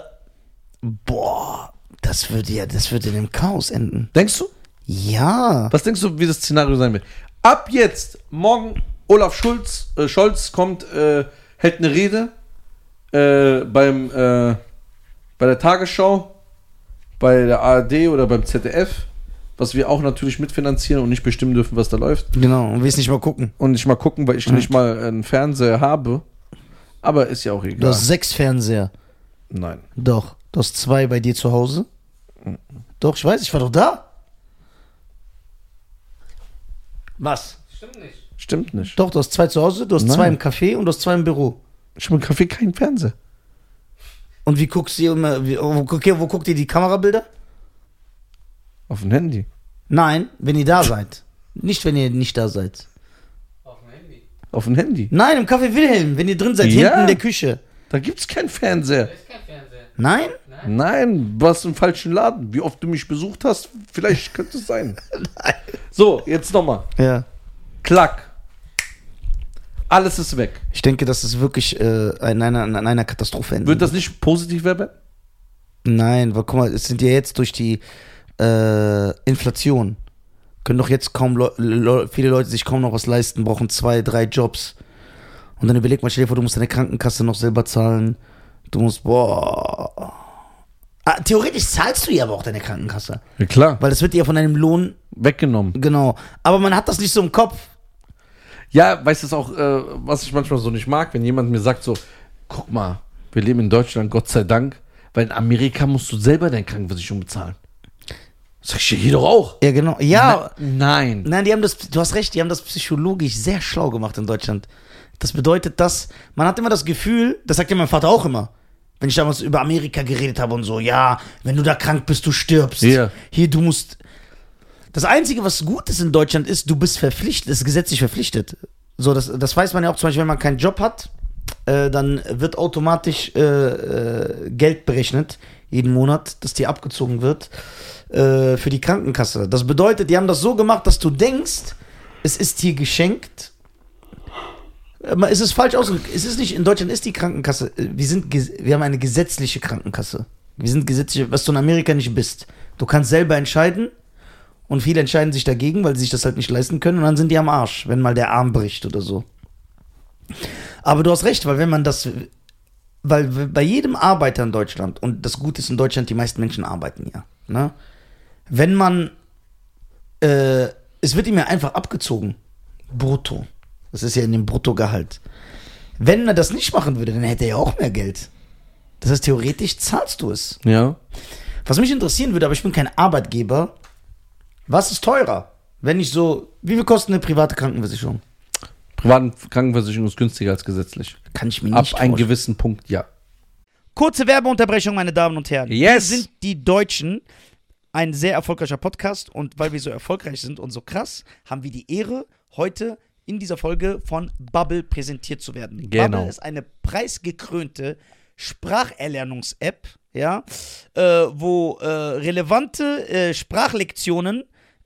D: boah, das würde ja, das würde in einem Chaos enden.
B: Denkst du?
D: Ja.
B: Was denkst du, wie das Szenario sein wird? Ab jetzt, morgen, Olaf Schulz, äh, Scholz kommt, äh, hält eine Rede äh, beim, äh, bei der Tagesschau, bei der ARD oder beim ZDF, was wir auch natürlich mitfinanzieren und nicht bestimmen dürfen, was da läuft.
D: Genau, und willst nicht mal gucken.
B: Und nicht mal gucken, weil ich nicht mal einen Fernseher habe. Aber ist ja auch
D: Du
B: egal.
D: hast sechs Fernseher.
B: Nein.
D: Doch. Du hast zwei bei dir zu Hause.
B: Mhm.
D: Doch, ich weiß, ich war doch da. Was?
C: Stimmt nicht.
B: Stimmt nicht.
D: Doch, du hast zwei zu Hause, du hast
B: Nein.
D: zwei im Café und du hast zwei im Büro.
B: Ich habe im Kaffee keinen Fernseher.
D: Und wie guckst du immer, wie, wo, okay, wo guckt ihr die Kamerabilder?
B: Auf dem Handy.
D: Nein, wenn ihr da seid. Nicht, wenn ihr nicht da seid.
C: Auf dem Handy.
B: Auf dem Handy.
D: Nein, im Café Wilhelm, wenn ihr drin seid,
B: Ja.
D: hinten in der Küche.
B: Da gibt's keinen Fernseher.
C: Da ist kein Fernseher.
D: Nein?
C: Nein.
B: Nein, du warst im falschen Laden. Wie oft du mich besucht hast, vielleicht könnte es sein. So, jetzt nochmal.
D: Ja.
B: Klack. Alles ist weg.
D: Ich denke, das ist wirklich äh, an, einer, an einer Katastrophe enden.
B: Wird das nicht positiv werden?
D: Nein, weil guck mal, es sind ja jetzt durch die äh, Inflation können doch jetzt kaum Leu Leu viele Leute sich kaum noch was leisten, brauchen zwei, drei Jobs. Und dann überleg mal, stell dir vor, du musst deine Krankenkasse noch selber zahlen. Du musst, boah. Ah, theoretisch zahlst du ja aber auch deine Krankenkasse.
B: Ja, klar.
D: Weil das wird dir ja von deinem Lohn,
B: Weggenommen.
D: genau. Aber man hat das nicht so im Kopf.
B: Ja, weißt du auch, äh, was ich manchmal so nicht mag, wenn jemand mir sagt so, guck mal, wir leben in Deutschland, Gott sei Dank, weil in Amerika musst du selber deine Krankenversicherung bezahlen. Sag ich dir hier doch auch.
D: Ja, genau. Ja.
B: Nein.
D: Nein, die haben das, du hast recht, die haben das psychologisch sehr schlau gemacht in Deutschland. Das bedeutet, dass man hat immer das Gefühl, das sagt ja mein Vater auch immer, wenn ich damals über Amerika geredet habe und so, ja, wenn du da krank bist, du stirbst.
B: Ja.
D: Hier, du musst. Das Einzige, was gut ist in Deutschland, ist, du bist verpflichtet, ist gesetzlich verpflichtet. So, das, das weiß man ja auch zum Beispiel, wenn man keinen Job hat, äh, dann wird automatisch äh, äh, Geld berechnet, jeden Monat, das dir abgezogen wird äh, für die Krankenkasse. Das bedeutet, die haben das so gemacht, dass du denkst, es ist dir geschenkt. Aber Äh, es ist falsch ausgedrückt. Es ist nicht, in Deutschland ist die Krankenkasse, äh, wir, sind, ges- wir haben eine gesetzliche Krankenkasse. Wir sind gesetzliche, was du in Amerika nicht bist. Du kannst selber entscheiden und viele entscheiden sich dagegen, weil sie sich das halt nicht leisten können und dann sind die am Arsch, wenn mal der Arm bricht oder so. Aber du hast recht, weil wenn man das, weil bei jedem Arbeiter in Deutschland, und das Gute ist in Deutschland, die meisten Menschen arbeiten ja, ne? wenn man, äh, es wird ihm ja einfach abgezogen, brutto. Das ist ja in dem Bruttogehalt. Wenn er das nicht machen würde, dann hätte er ja auch mehr Geld. Das heißt, theoretisch zahlst du es.
B: Ja.
D: Was mich interessieren würde, aber ich bin kein Arbeitgeber, was ist teurer? Wenn ich so, wie viel kostet eine private Krankenversicherung?
B: Privaten Krankenversicherung ist günstiger als gesetzlich.
D: Kann ich mir
B: Ab
D: nicht
B: einem
D: vorstellen.
B: gewissen Punkt, ja.
D: Kurze Werbeunterbrechung, meine Damen und Herren.
B: Yes.
D: Wir sind die Deutschen. Ein sehr erfolgreicher Podcast und weil wir so erfolgreich sind und so krass, haben wir die Ehre, heute in dieser Folge von Bubble präsentiert zu werden.
B: Genau.
D: Bubble ist eine preisgekrönte Spracherlernungs-App, ja, äh, wo äh, relevante äh, Sprachlektionen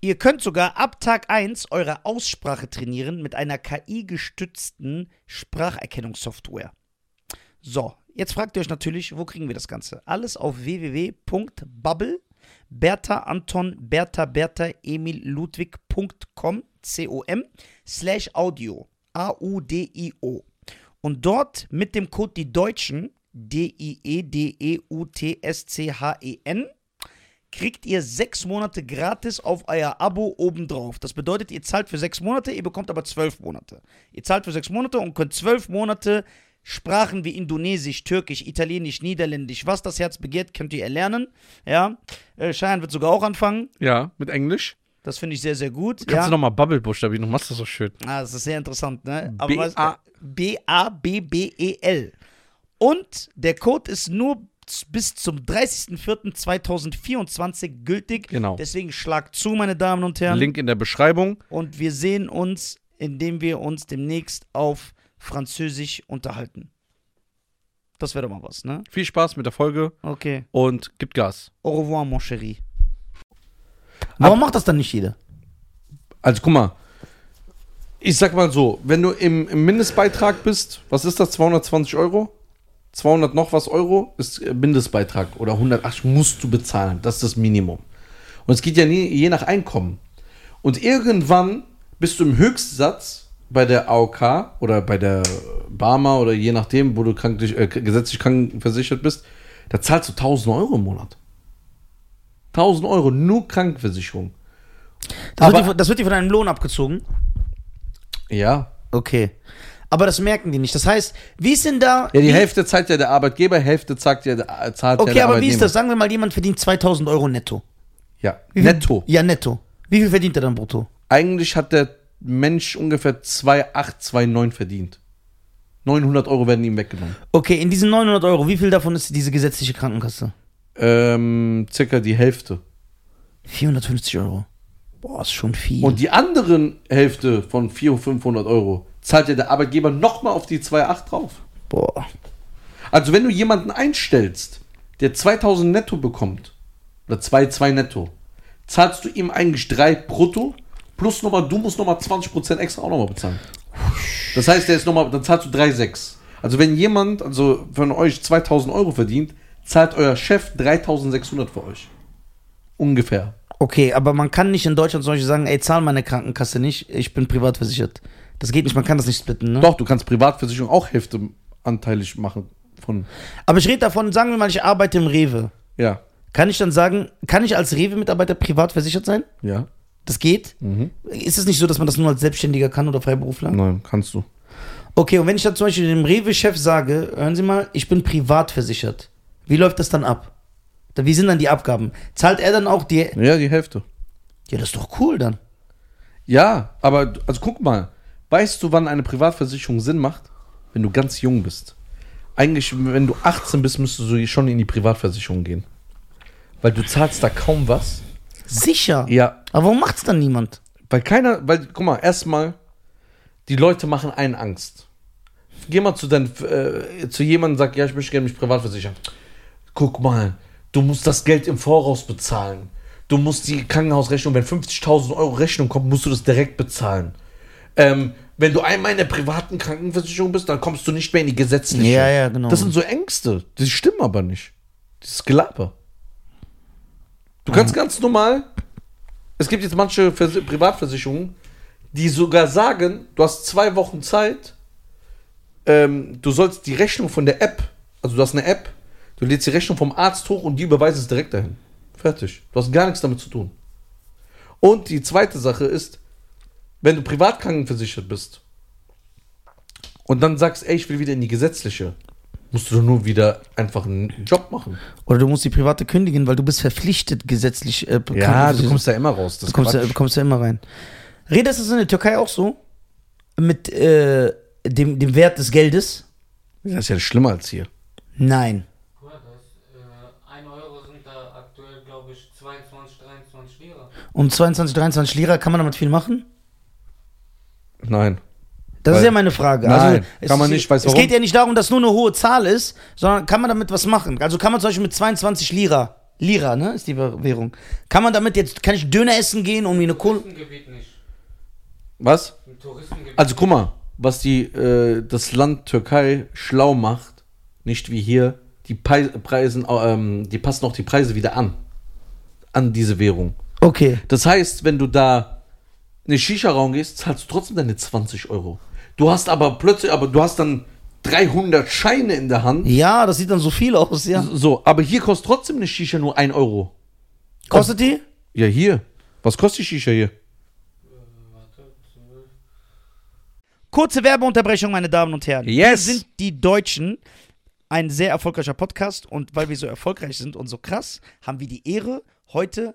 D: Ihr könnt sogar ab Tag 1 eure Aussprache trainieren mit einer KI-gestützten Spracherkennungssoftware. So, jetzt fragt ihr euch natürlich, wo kriegen wir das Ganze? Alles auf www.bubble, Bertha Anton, Bertha Bertha Emil Ludwig.com, C-O-M, slash Audio, A-U-D-I-O. Und dort mit dem Code die Deutschen, E D-I-E-D-E-U-T-S-C-H-E-N, kriegt ihr sechs Monate gratis auf euer Abo obendrauf. Das bedeutet, ihr zahlt für sechs Monate, ihr bekommt aber zwölf Monate. Ihr zahlt für sechs Monate und könnt zwölf Monate Sprachen wie Indonesisch, Türkisch, Italienisch, Niederländisch, was das Herz begehrt, könnt ihr erlernen. Ja, äh, Schein wird sogar auch anfangen.
E: Ja, mit Englisch.
D: Das finde ich sehr, sehr gut.
E: Kannst
D: ja.
E: du nochmal Bubble buchstabieren? Du machst das so schön.
D: Ah, das ist sehr interessant, ne?
E: B-
D: weißt du,
E: A-
D: B-A-B-B-E-L. E Und der Code ist nur z- bis zum 30.04.2024 gültig.
E: Genau.
D: Deswegen schlag zu, meine Damen und Herren.
E: Link in der Beschreibung.
D: Und wir sehen uns, indem wir uns demnächst auf Französisch unterhalten. Das wäre doch mal was, ne?
E: Viel Spaß mit der Folge
D: Okay.
E: und gibt Gas.
D: Au revoir, mon chéri. Warum macht das dann nicht jeder?
B: Also guck mal, ich sag mal so, wenn du im, im Mindestbeitrag bist, was ist das, 220 Euro? 200 noch was Euro ist äh, Mindestbeitrag oder 180 musst du bezahlen, das ist das Minimum. Und es geht ja nie, je nach Einkommen. Und irgendwann bist du im Höchstsatz bei der AOK oder bei der Barmer oder je nachdem, wo du kranklich, äh, gesetzlich krankenversichert bist, da zahlst du 1000 Euro im Monat. 1000 Euro, nur Krankenversicherung.
D: Das wird,
B: Aber-
D: dir, von- das wird dir von deinem Lohn abgezogen.
B: Ja,
D: Okay. Aber das merken die nicht. Das heißt, wie ist denn da.
B: Ja, die
D: wie,
B: Hälfte zahlt ja der Arbeitgeber, Hälfte zahlt ja der, äh, zahlt ja
D: Okay,
B: der
D: aber wie
B: Arbeitnehmer.
D: ist das? Sagen wir mal, jemand verdient 2000 Euro netto.
B: Ja,
D: Wie viel-
B: netto.
D: Ja, netto. Wie viel verdient er dann brutto?
B: Eigentlich hat der Mensch ungefähr 2,8, 2,9 verdient. 900 Euro werden ihm weggenommen.
D: Okay, in diesen 900 Euro, wie viel davon ist diese gesetzliche Krankenkasse?
B: Ähm, circa die Hälfte.
D: 450 Euro. Boah, ist schon viel.
B: Und die anderen Hälfte von 400, 500 Euro zahlt ja der Arbeitgeber nochmal auf die 2,8 drauf.
D: Boah.
B: Also wenn du jemanden einstellst, der 2000 netto bekommt, oder 2,2 netto, zahlst du ihm eigentlich 3 brutto, plus nochmal, du musst nochmal 20% extra auch nochmal bezahlen. Das heißt, der ist nochmal, dann zahlst du 3,6. Also wenn jemand, also von euch 2000 Euro verdient, zahlt euer Chef 3600 für euch. Ungefähr.
D: Okay, aber man kann nicht in Deutschland zum Beispiel sagen, ey, zahl meine Krankenkasse nicht, ich bin privat versichert. Das geht nicht, man kann das nicht splitten, ne?
B: Doch, du kannst Privatversicherung auch Hälfte anteilig machen von,
D: Aber ich rede davon, sagen wir mal, ich arbeite im Rewe.
B: ja,
D: Kann ich dann sagen, kann ich als Rewe-Mitarbeiter privat versichert sein?
B: ja.
D: Das geht?
B: Mhm.
D: Ist es nicht so, dass man das nur als Selbstständiger kann oder Freiberufler?
B: Nein, kannst du.
D: Okay, und wenn ich dann zum Beispiel dem Rewe-Chef sage, hören Sie mal, ich bin privat versichert, wie läuft das dann ab? Da- Wie sind dann die Abgaben? Zahlt er dann auch die.
B: Ja, die Hälfte.
D: Ja, das ist doch cool dann.
B: Ja, aber du- also guck mal, weißt du, wann eine Privatversicherung Sinn macht? Wenn du ganz jung bist. Eigentlich, wenn du 18 bist, müsstest du schon in die Privatversicherung gehen. Weil du zahlst da kaum was.
D: Sicher.
B: Ja,
D: Aber warum macht's dann niemand?
B: weil keiner, weil, guck mal, erstmal, die Leute machen einen Angst. Geh mal zu, deinen, äh, zu jemandem und sag, ja, ich möchte gerne mich privat versichern. Guck mal, du musst das Geld im Voraus bezahlen. Du musst die Krankenhausrechnung, wenn 50.000 Euro Rechnung kommt, musst du das direkt bezahlen. Ähm, wenn du einmal in der privaten Krankenversicherung bist, dann kommst du nicht mehr in die gesetzliche.
D: Ja, ja, genau.
B: Das sind so Ängste. Die stimmen aber nicht. Dieses Gelaber. Du kannst ganz normal es gibt jetzt manche Vers Privatversicherungen, die sogar sagen, du hast zwei Wochen Zeit, ähm, du sollst die Rechnung von der App, also du hast eine App, du lädst die Rechnung vom Arzt hoch und die überweist es direkt dahin. Fertig. Du hast gar nichts damit zu tun. Und die zweite Sache ist, wenn du privat krankenversichert bist und dann sagst, ey, ich will wieder in die gesetzliche, musst du nur wieder einfach einen Job machen.
D: Oder du musst die private kündigen, weil du bist verpflichtet gesetzlich. Äh, Krankenversicherung-
B: da immer raus. Das
D: Du kommst, ja, du kommst ja immer rein. Redet das in der Türkei auch so? Mit äh, dem, dem Wert des Geldes?
B: das ist ja schlimmer als hier.
D: Nein.
C: Guck mal, das, äh, 1 Euro sind da aktuell, glaube ich, 22, 23 Lira.
D: Um 22, 23 Lira kann man damit viel machen?
B: Nein.
D: Das ist
B: Weil-
D: ja meine Frage. Also,
B: Nein,
D: es
B: kann man
D: ist-
B: nicht, weißt du
D: Es
B: warum?
D: geht ja nicht darum, dass nur eine hohe Zahl ist, sondern kann man damit was machen? Also kann man zum Beispiel mit 22 Lira, Lira, ne, ist die Währung, kann man damit jetzt, kann ich Döner essen gehen und mir eine Kohle...
C: Touristengebiet nicht.
B: Was?
C: Im Touristengebiet.
B: Also guck mal, was die äh, das Land Türkei schlau macht, nicht wie hier, die Pei- Preisen, äh, ähm, die passen auch die Preise wieder an. An diese Währung.
D: Okay.
B: Das heißt, wenn du da in den Shisha-Raum gehst, zahlst du trotzdem deine 20 Euro. Du hast aber plötzlich, aber du hast dann 300 Scheine in der Hand.
D: Ja, das sieht dann so viel aus, ja.
B: So, aber hier kostet trotzdem eine Shisha nur 1 Euro.
D: Kostet die?
B: Ja, hier. Was kostet die Shisha hier?
C: Warte, 12.
D: Kurze Werbeunterbrechung, meine Damen und Herren.
E: Yes.
D: Wir sind die Deutschen. Ein sehr erfolgreicher Podcast und weil wir so erfolgreich sind und so krass, haben wir die Ehre, heute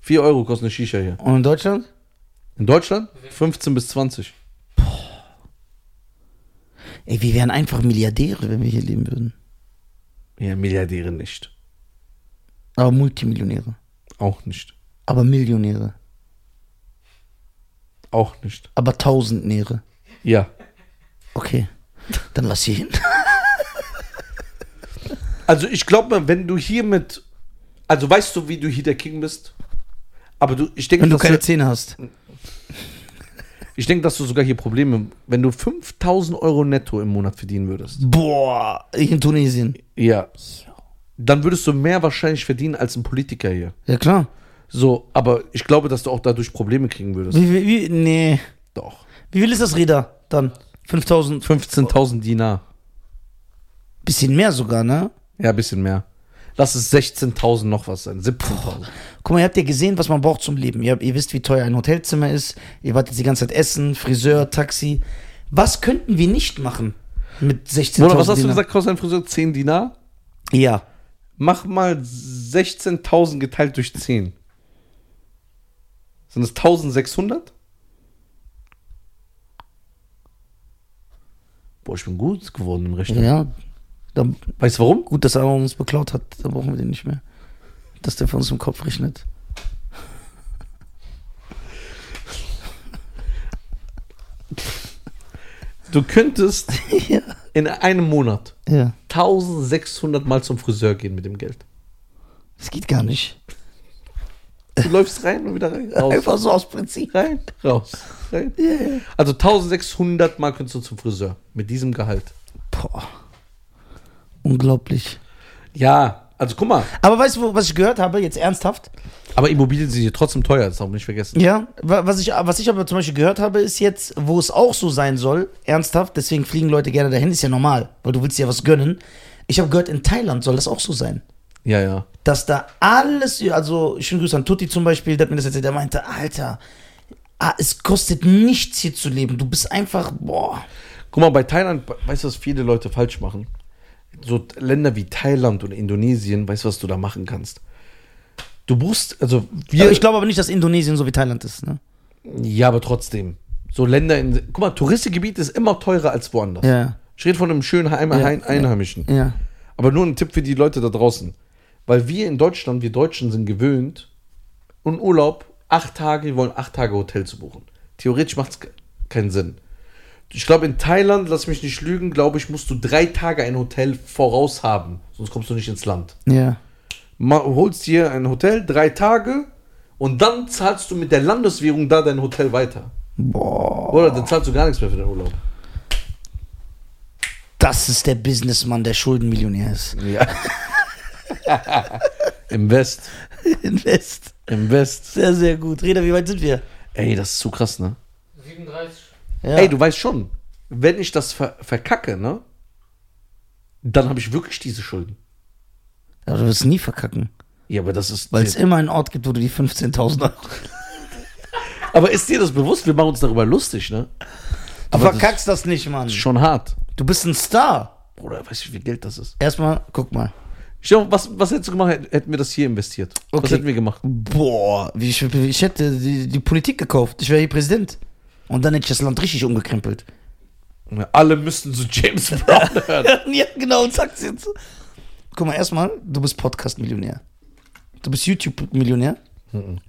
B: 4 Euro kostet eine Shisha hier.
D: Und in Deutschland?
B: In Deutschland 15 bis 20.
D: Ey, wir wären einfach Milliardäre, wenn wir hier leben würden.
B: Ja, Milliardäre nicht.
D: Aber Multimillionäre.
B: Auch nicht.
D: Aber Millionäre.
B: Auch nicht.
D: Aber Tausendnäre.
B: Ja.
D: Okay, dann lass sie hin.
B: Also ich glaube mal, wenn du hier mit. Also weißt du, wie du hier der King bist? Aber du, ich denke,
D: Wenn du
B: dass,
D: keine Zähne hast.
B: ich denke, dass du sogar hier Probleme, wenn du 5000 Euro netto im Monat verdienen würdest.
D: Boah, in Tunesien.
B: Ja. Dann würdest du mehr wahrscheinlich verdienen als ein Politiker hier.
D: Ja klar.
B: So, aber ich glaube, dass du auch dadurch Probleme kriegen würdest.
D: Wie, wie, wie, nee.
B: Doch.
D: Wie viel ist das Räder dann? 5000.
B: 15.000 Dinar.
D: Bisschen mehr sogar, ne?
B: Ja, ein bisschen mehr. Lass es 16.000 noch was sein. 17.000.
D: Guck mal, ihr habt ja gesehen, was man braucht zum Leben. Ihr, habt- ihr wisst, wie teuer ein Hotelzimmer ist. Ihr wart jetzt die ganze Zeit Essen, Friseur, Taxi. Was könnten wir nicht machen mit 16.000
B: Bruder, was hast du
D: Dinar?
B: gesagt, kostet ein Friseur 10 Dinar?
D: Ja.
B: Mach mal 16.000 geteilt durch 10. Sind es 1600? Boah, ich bin gut geworden im Rechnen.
D: Ja. Dann,
B: Mhm. Weißt du warum?
D: gut, dass er uns beklaut hat. Dann brauchen wir den nicht mehr. Dass der für uns im Kopf rechnet.
B: Du könntest
D: ja.
B: in einem Monat
D: Ja.
B: 1600 Mal zum Friseur gehen mit dem Geld.
D: Das geht gar nicht.
B: Du läufst rein und wieder rein. Raus.
D: Einfach so aus Prinzip.
B: Rein, raus. Rein. Also 1600 Mal könntest du zum Friseur mit diesem Gehalt.
D: Boah. Unglaublich.
B: Ja, also guck mal.
D: Aber weißt du, wo- was ich gehört habe, jetzt ernsthaft?
B: Aber Immobilien sind hier trotzdem teuer, das darf man nicht vergessen.
D: Ja. wa- Was ich, was ich aber zum Beispiel gehört habe, ist jetzt, wo es auch so sein soll, ernsthaft, deswegen fliegen Leute gerne dahin, ist ja normal, weil du willst ja was gönnen. Ich habe gehört, in Thailand soll das auch so sein.
B: Ja, ja.
D: Dass da alles, also schönen Grüße an Tutti zum Beispiel, der hat mir das erzählt, der meinte, Alter, ah, es kostet nichts hier zu leben. Du bist einfach, boah.
B: Guck mal, bei Thailand, we- weißt du, was viele Leute falsch machen? So t- Länder wie Thailand und Indonesien, weißt du, was du da machen kannst? Du buchst, also wir.
D: Aber ich glaube aber nicht, dass Indonesien so wie Thailand ist, ne?
B: ja, aber trotzdem. So Länder in. Guck mal, Touristengebiet ist immer teurer als woanders.
D: Ja.
B: Ich rede von einem schönen Heim
D: Ja.
B: Hein- Einheimischen.
D: Ja.
B: Aber nur ein Tipp für die Leute da draußen. Weil wir in Deutschland, wir Deutschen sind gewöhnt, und Urlaub, acht Tage, wir wollen acht Tage Hotel zu buchen. Theoretisch macht es keinen Sinn. Ich glaube, in Thailand, lass mich nicht lügen, glaube ich, musst du drei Tage ein Hotel voraus haben. Sonst kommst du nicht ins Land.
D: Ja.
B: ma- holst dir ein Hotel, drei Tage und dann zahlst du mit der Landeswährung da dein Hotel weiter.
D: Boah.
B: Oder dann zahlst du gar nichts mehr für den Urlaub.
D: Das ist der Businessmann, der Schuldenmillionär ist.
B: Ja. Im West.
D: Invest.
B: Im West.
D: Sehr, sehr gut. Reda, wie weit sind wir?
B: Ey, das ist zu krass, ne?
C: 37.
D: Ja.
B: Ey, du weißt schon, wenn ich das ver verkacke, ne? Dann habe ich wirklich diese Schulden.
D: Aber du wirst nie verkacken.
B: Ja, aber das ist.
D: Weil es immer einen Ort gibt, wo du die 15.000 Euro.
B: aber ist dir das bewusst? Wir machen uns darüber lustig, ne?
D: Du
B: Aber das-
D: verkackst das nicht, Mann.
B: Das ist schon hart.
D: Du bist ein Star.
B: Bruder, weißt du, wie viel Geld das ist?
D: Erstmal, guck mal.
B: Stell dir, was, was hättest du gemacht, hätt- hätten wir das hier investiert? Was
D: Okay.
B: hätten wir gemacht?
D: Boah, wie ich, ich hätte die, die Politik gekauft. Ich wäre hier Präsident. Und dann hätte ich das Land richtig umgekrempelt.
B: Ja, alle müssten so James Brown hören.
D: ja, genau, und sag's jetzt. Guck mal, erstmal, du bist Podcast-Millionär. Du bist YouTube-Millionär.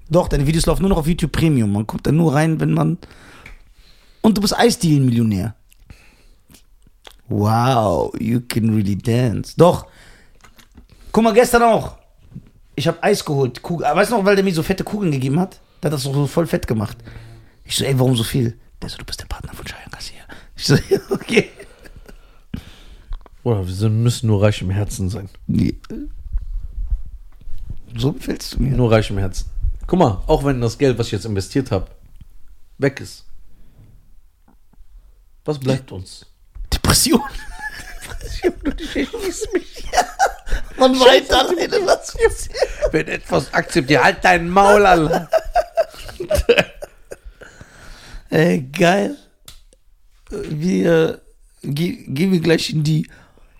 D: Doch, deine Videos laufen nur noch auf YouTube Premium. Man kommt da nur rein, wenn man. Und du bist Eisdielen-Millionär. Wow, you can really dance. Doch. Guck mal, gestern auch. Ich habe Eis geholt. Kugel. Ah, Weißt du noch, weil der mir so fette Kugeln gegeben hat? Der hat das so voll fett gemacht. Ich so, ey, warum so viel? Der so, du bist der Partner von Cheyenne Garcia. Ich so, ja, okay.
B: Bruder, wir sind- müssen nur reich im Herzen sein.
D: Nee. So befällst du mir.
B: Nur reich im Herzen. Guck mal, auch wenn das Geld, was ich jetzt investiert habe, weg ist. Was bleibt uns?
D: Depression.
B: Schieß mich.
D: Man weiß alleine, was passiert.
B: Wenn etwas akzeptiert, halt dein Maul, Alter.
D: Ey, geil. Wir ge gehen wir gleich in die.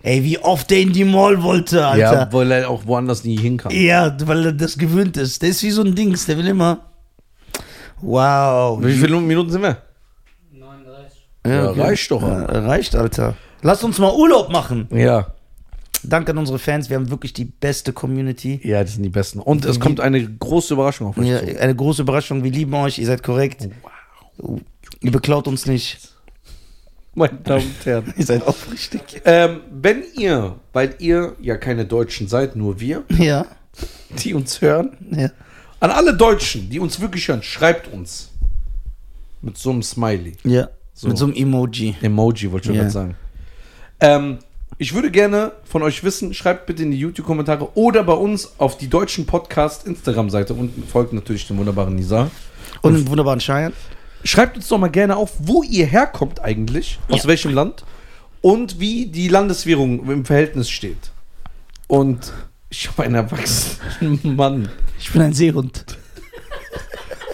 D: Ey, wie oft der in die Mall wollte,
B: Ja,
D: Alter.
B: weil er auch woanders nie hinkam.
D: Ja, weil er das gewöhnt ist. Der ist wie so ein Dings, der will immer. Wow.
B: Wie viele Minuten sind wir?
C: 39.
B: Ja, reicht doch.
D: Ja, reicht, Alter. Lass uns mal Urlaub machen.
B: Ja.
D: Danke an unsere Fans. Wir haben wirklich die beste Community.
B: Ja, das sind die besten. Und es kommt eine große Überraschung auf euch
D: Ja,
B: zu.
D: eine große Überraschung. Wir lieben euch. Ihr seid korrekt. Ihr beklaut uns nicht.
B: Meine Damen und Herren.
D: Ihr seid aufrichtig.
B: Ähm, wenn ihr, weil ihr ja keine Deutschen seid, nur wir,
D: Ja.
B: die uns hören,
D: ja.
B: an alle Deutschen, die uns wirklich hören, schreibt uns. Mit so einem Smiley.
D: ja.
B: So.
D: Mit so einem Emoji.
B: Emoji, wollte ich schon
D: Ja.
B: gerade sagen. Ähm, ich würde gerne von euch wissen, schreibt bitte in die YouTube-Kommentare oder bei uns auf die deutschen Podcast-Instagram-Seite und folgt natürlich dem wunderbaren Nisa.
D: Und einen wunderbaren Schein.
B: Schreibt uns doch mal gerne auf, wo ihr herkommt eigentlich, aus welchem Land und wie die Landeswährung im Verhältnis steht. Und ich habe einen erwachsenen Mann.
D: Ich bin ein Seehund.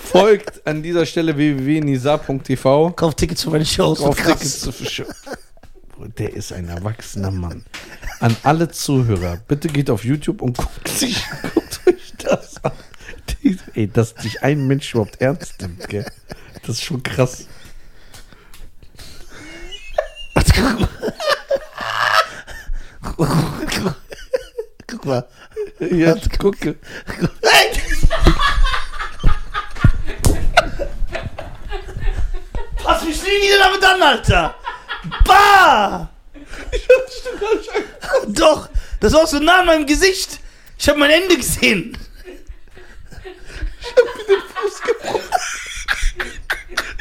B: Folgt an dieser Stelle www.nisa.tv. um
D: Kauf Tickets für meine Shows.
B: Auf
D: Krass.
B: Tickets zu verschicken. Boah, Der ist ein erwachsener Mann. An alle Zuhörer, bitte geht auf YouTube und guckt sich guckt euch das an. Die- Ey, dass dich ein Mensch überhaupt ernst nimmt, gell? Das ist schon krass.
D: Guck mal. Guck mal.
B: Ja, gucke.
D: Pass mich nie wieder damit an, Alter. Bah! Doch, das war auch so nah an meinem Gesicht. Ich habe mein Ende gesehen.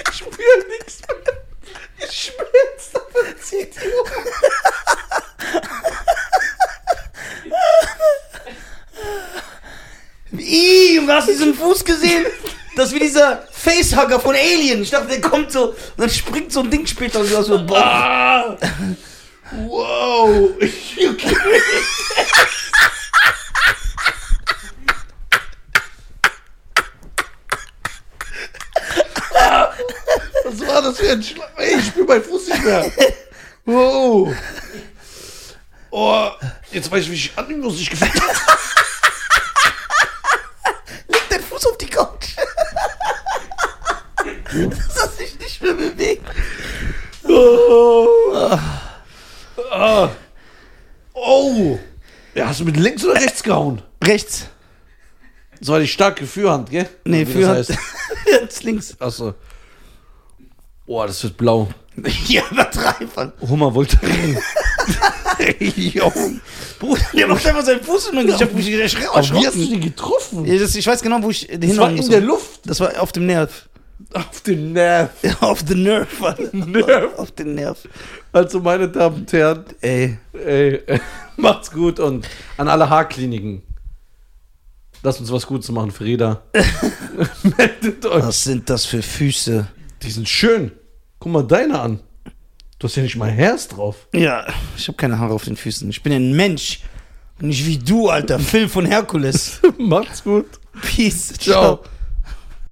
B: Ich spüre nichts mehr. Ich schmerze, aber zieht die Uhr.
D: Ih, Junge, hast du diesen Fuß gesehen? Das ist wie dieser Facehugger von Alien. Ich dachte, der kommt so, und dann springt so ein Ding später und so, so boah.
B: Ah! Wow! You kidding me? Was war das für ein Schlag? Ey, ich spür meinen Fuß nicht mehr. Wow! Oh, jetzt weiß ich, wie ich annehmen muss. Ich gefühlt habe.
D: Leg deinen Fuß auf die Couch. Das hat sich nicht mehr bewegt.
B: Oh. Ah. oh! Ja, hast du mit links oder rechts gehauen?
D: Rechts.
B: Das war die starke Fürhand, gell?
D: Nee,
B: Wie
D: für
B: das heißt.
D: Jetzt links.
B: Achso. Boah, das wird blau.
D: Ja, übertreibern.
B: Hummer wollte reden.
E: Jo.
D: Der macht einfach seinen Fuß hin und ich hab mich erschre-
B: Aber wie hast du
D: erschrocken.
B: die getroffen?
D: Ja, das- Ich weiß genau, wo ich
B: das war
D: hinhauen
B: in
D: muss.
B: der Luft.
D: Das war auf dem Nerv.
B: Auf den Nerv.
D: Auf den Nerv. Alter.
B: Nerv.
D: Auf den Nerv.
B: Also, meine Damen und Herren,
D: Ey.
B: ey, macht's gut und an alle Haarkliniken. Lasst uns was Gutes machen, Frieda. Meldet euch.
D: Was sind das für Füße?
B: Die sind schön. Guck mal deine an. Du hast ja nicht mal Hairs drauf.
D: Ja, ich habe keine Haare auf den Füßen. Ich bin ein Mensch. Nicht wie du, Alter. Phil von Herkules.
B: macht's gut.
D: Peace.
B: Ciao.
D: Ciao.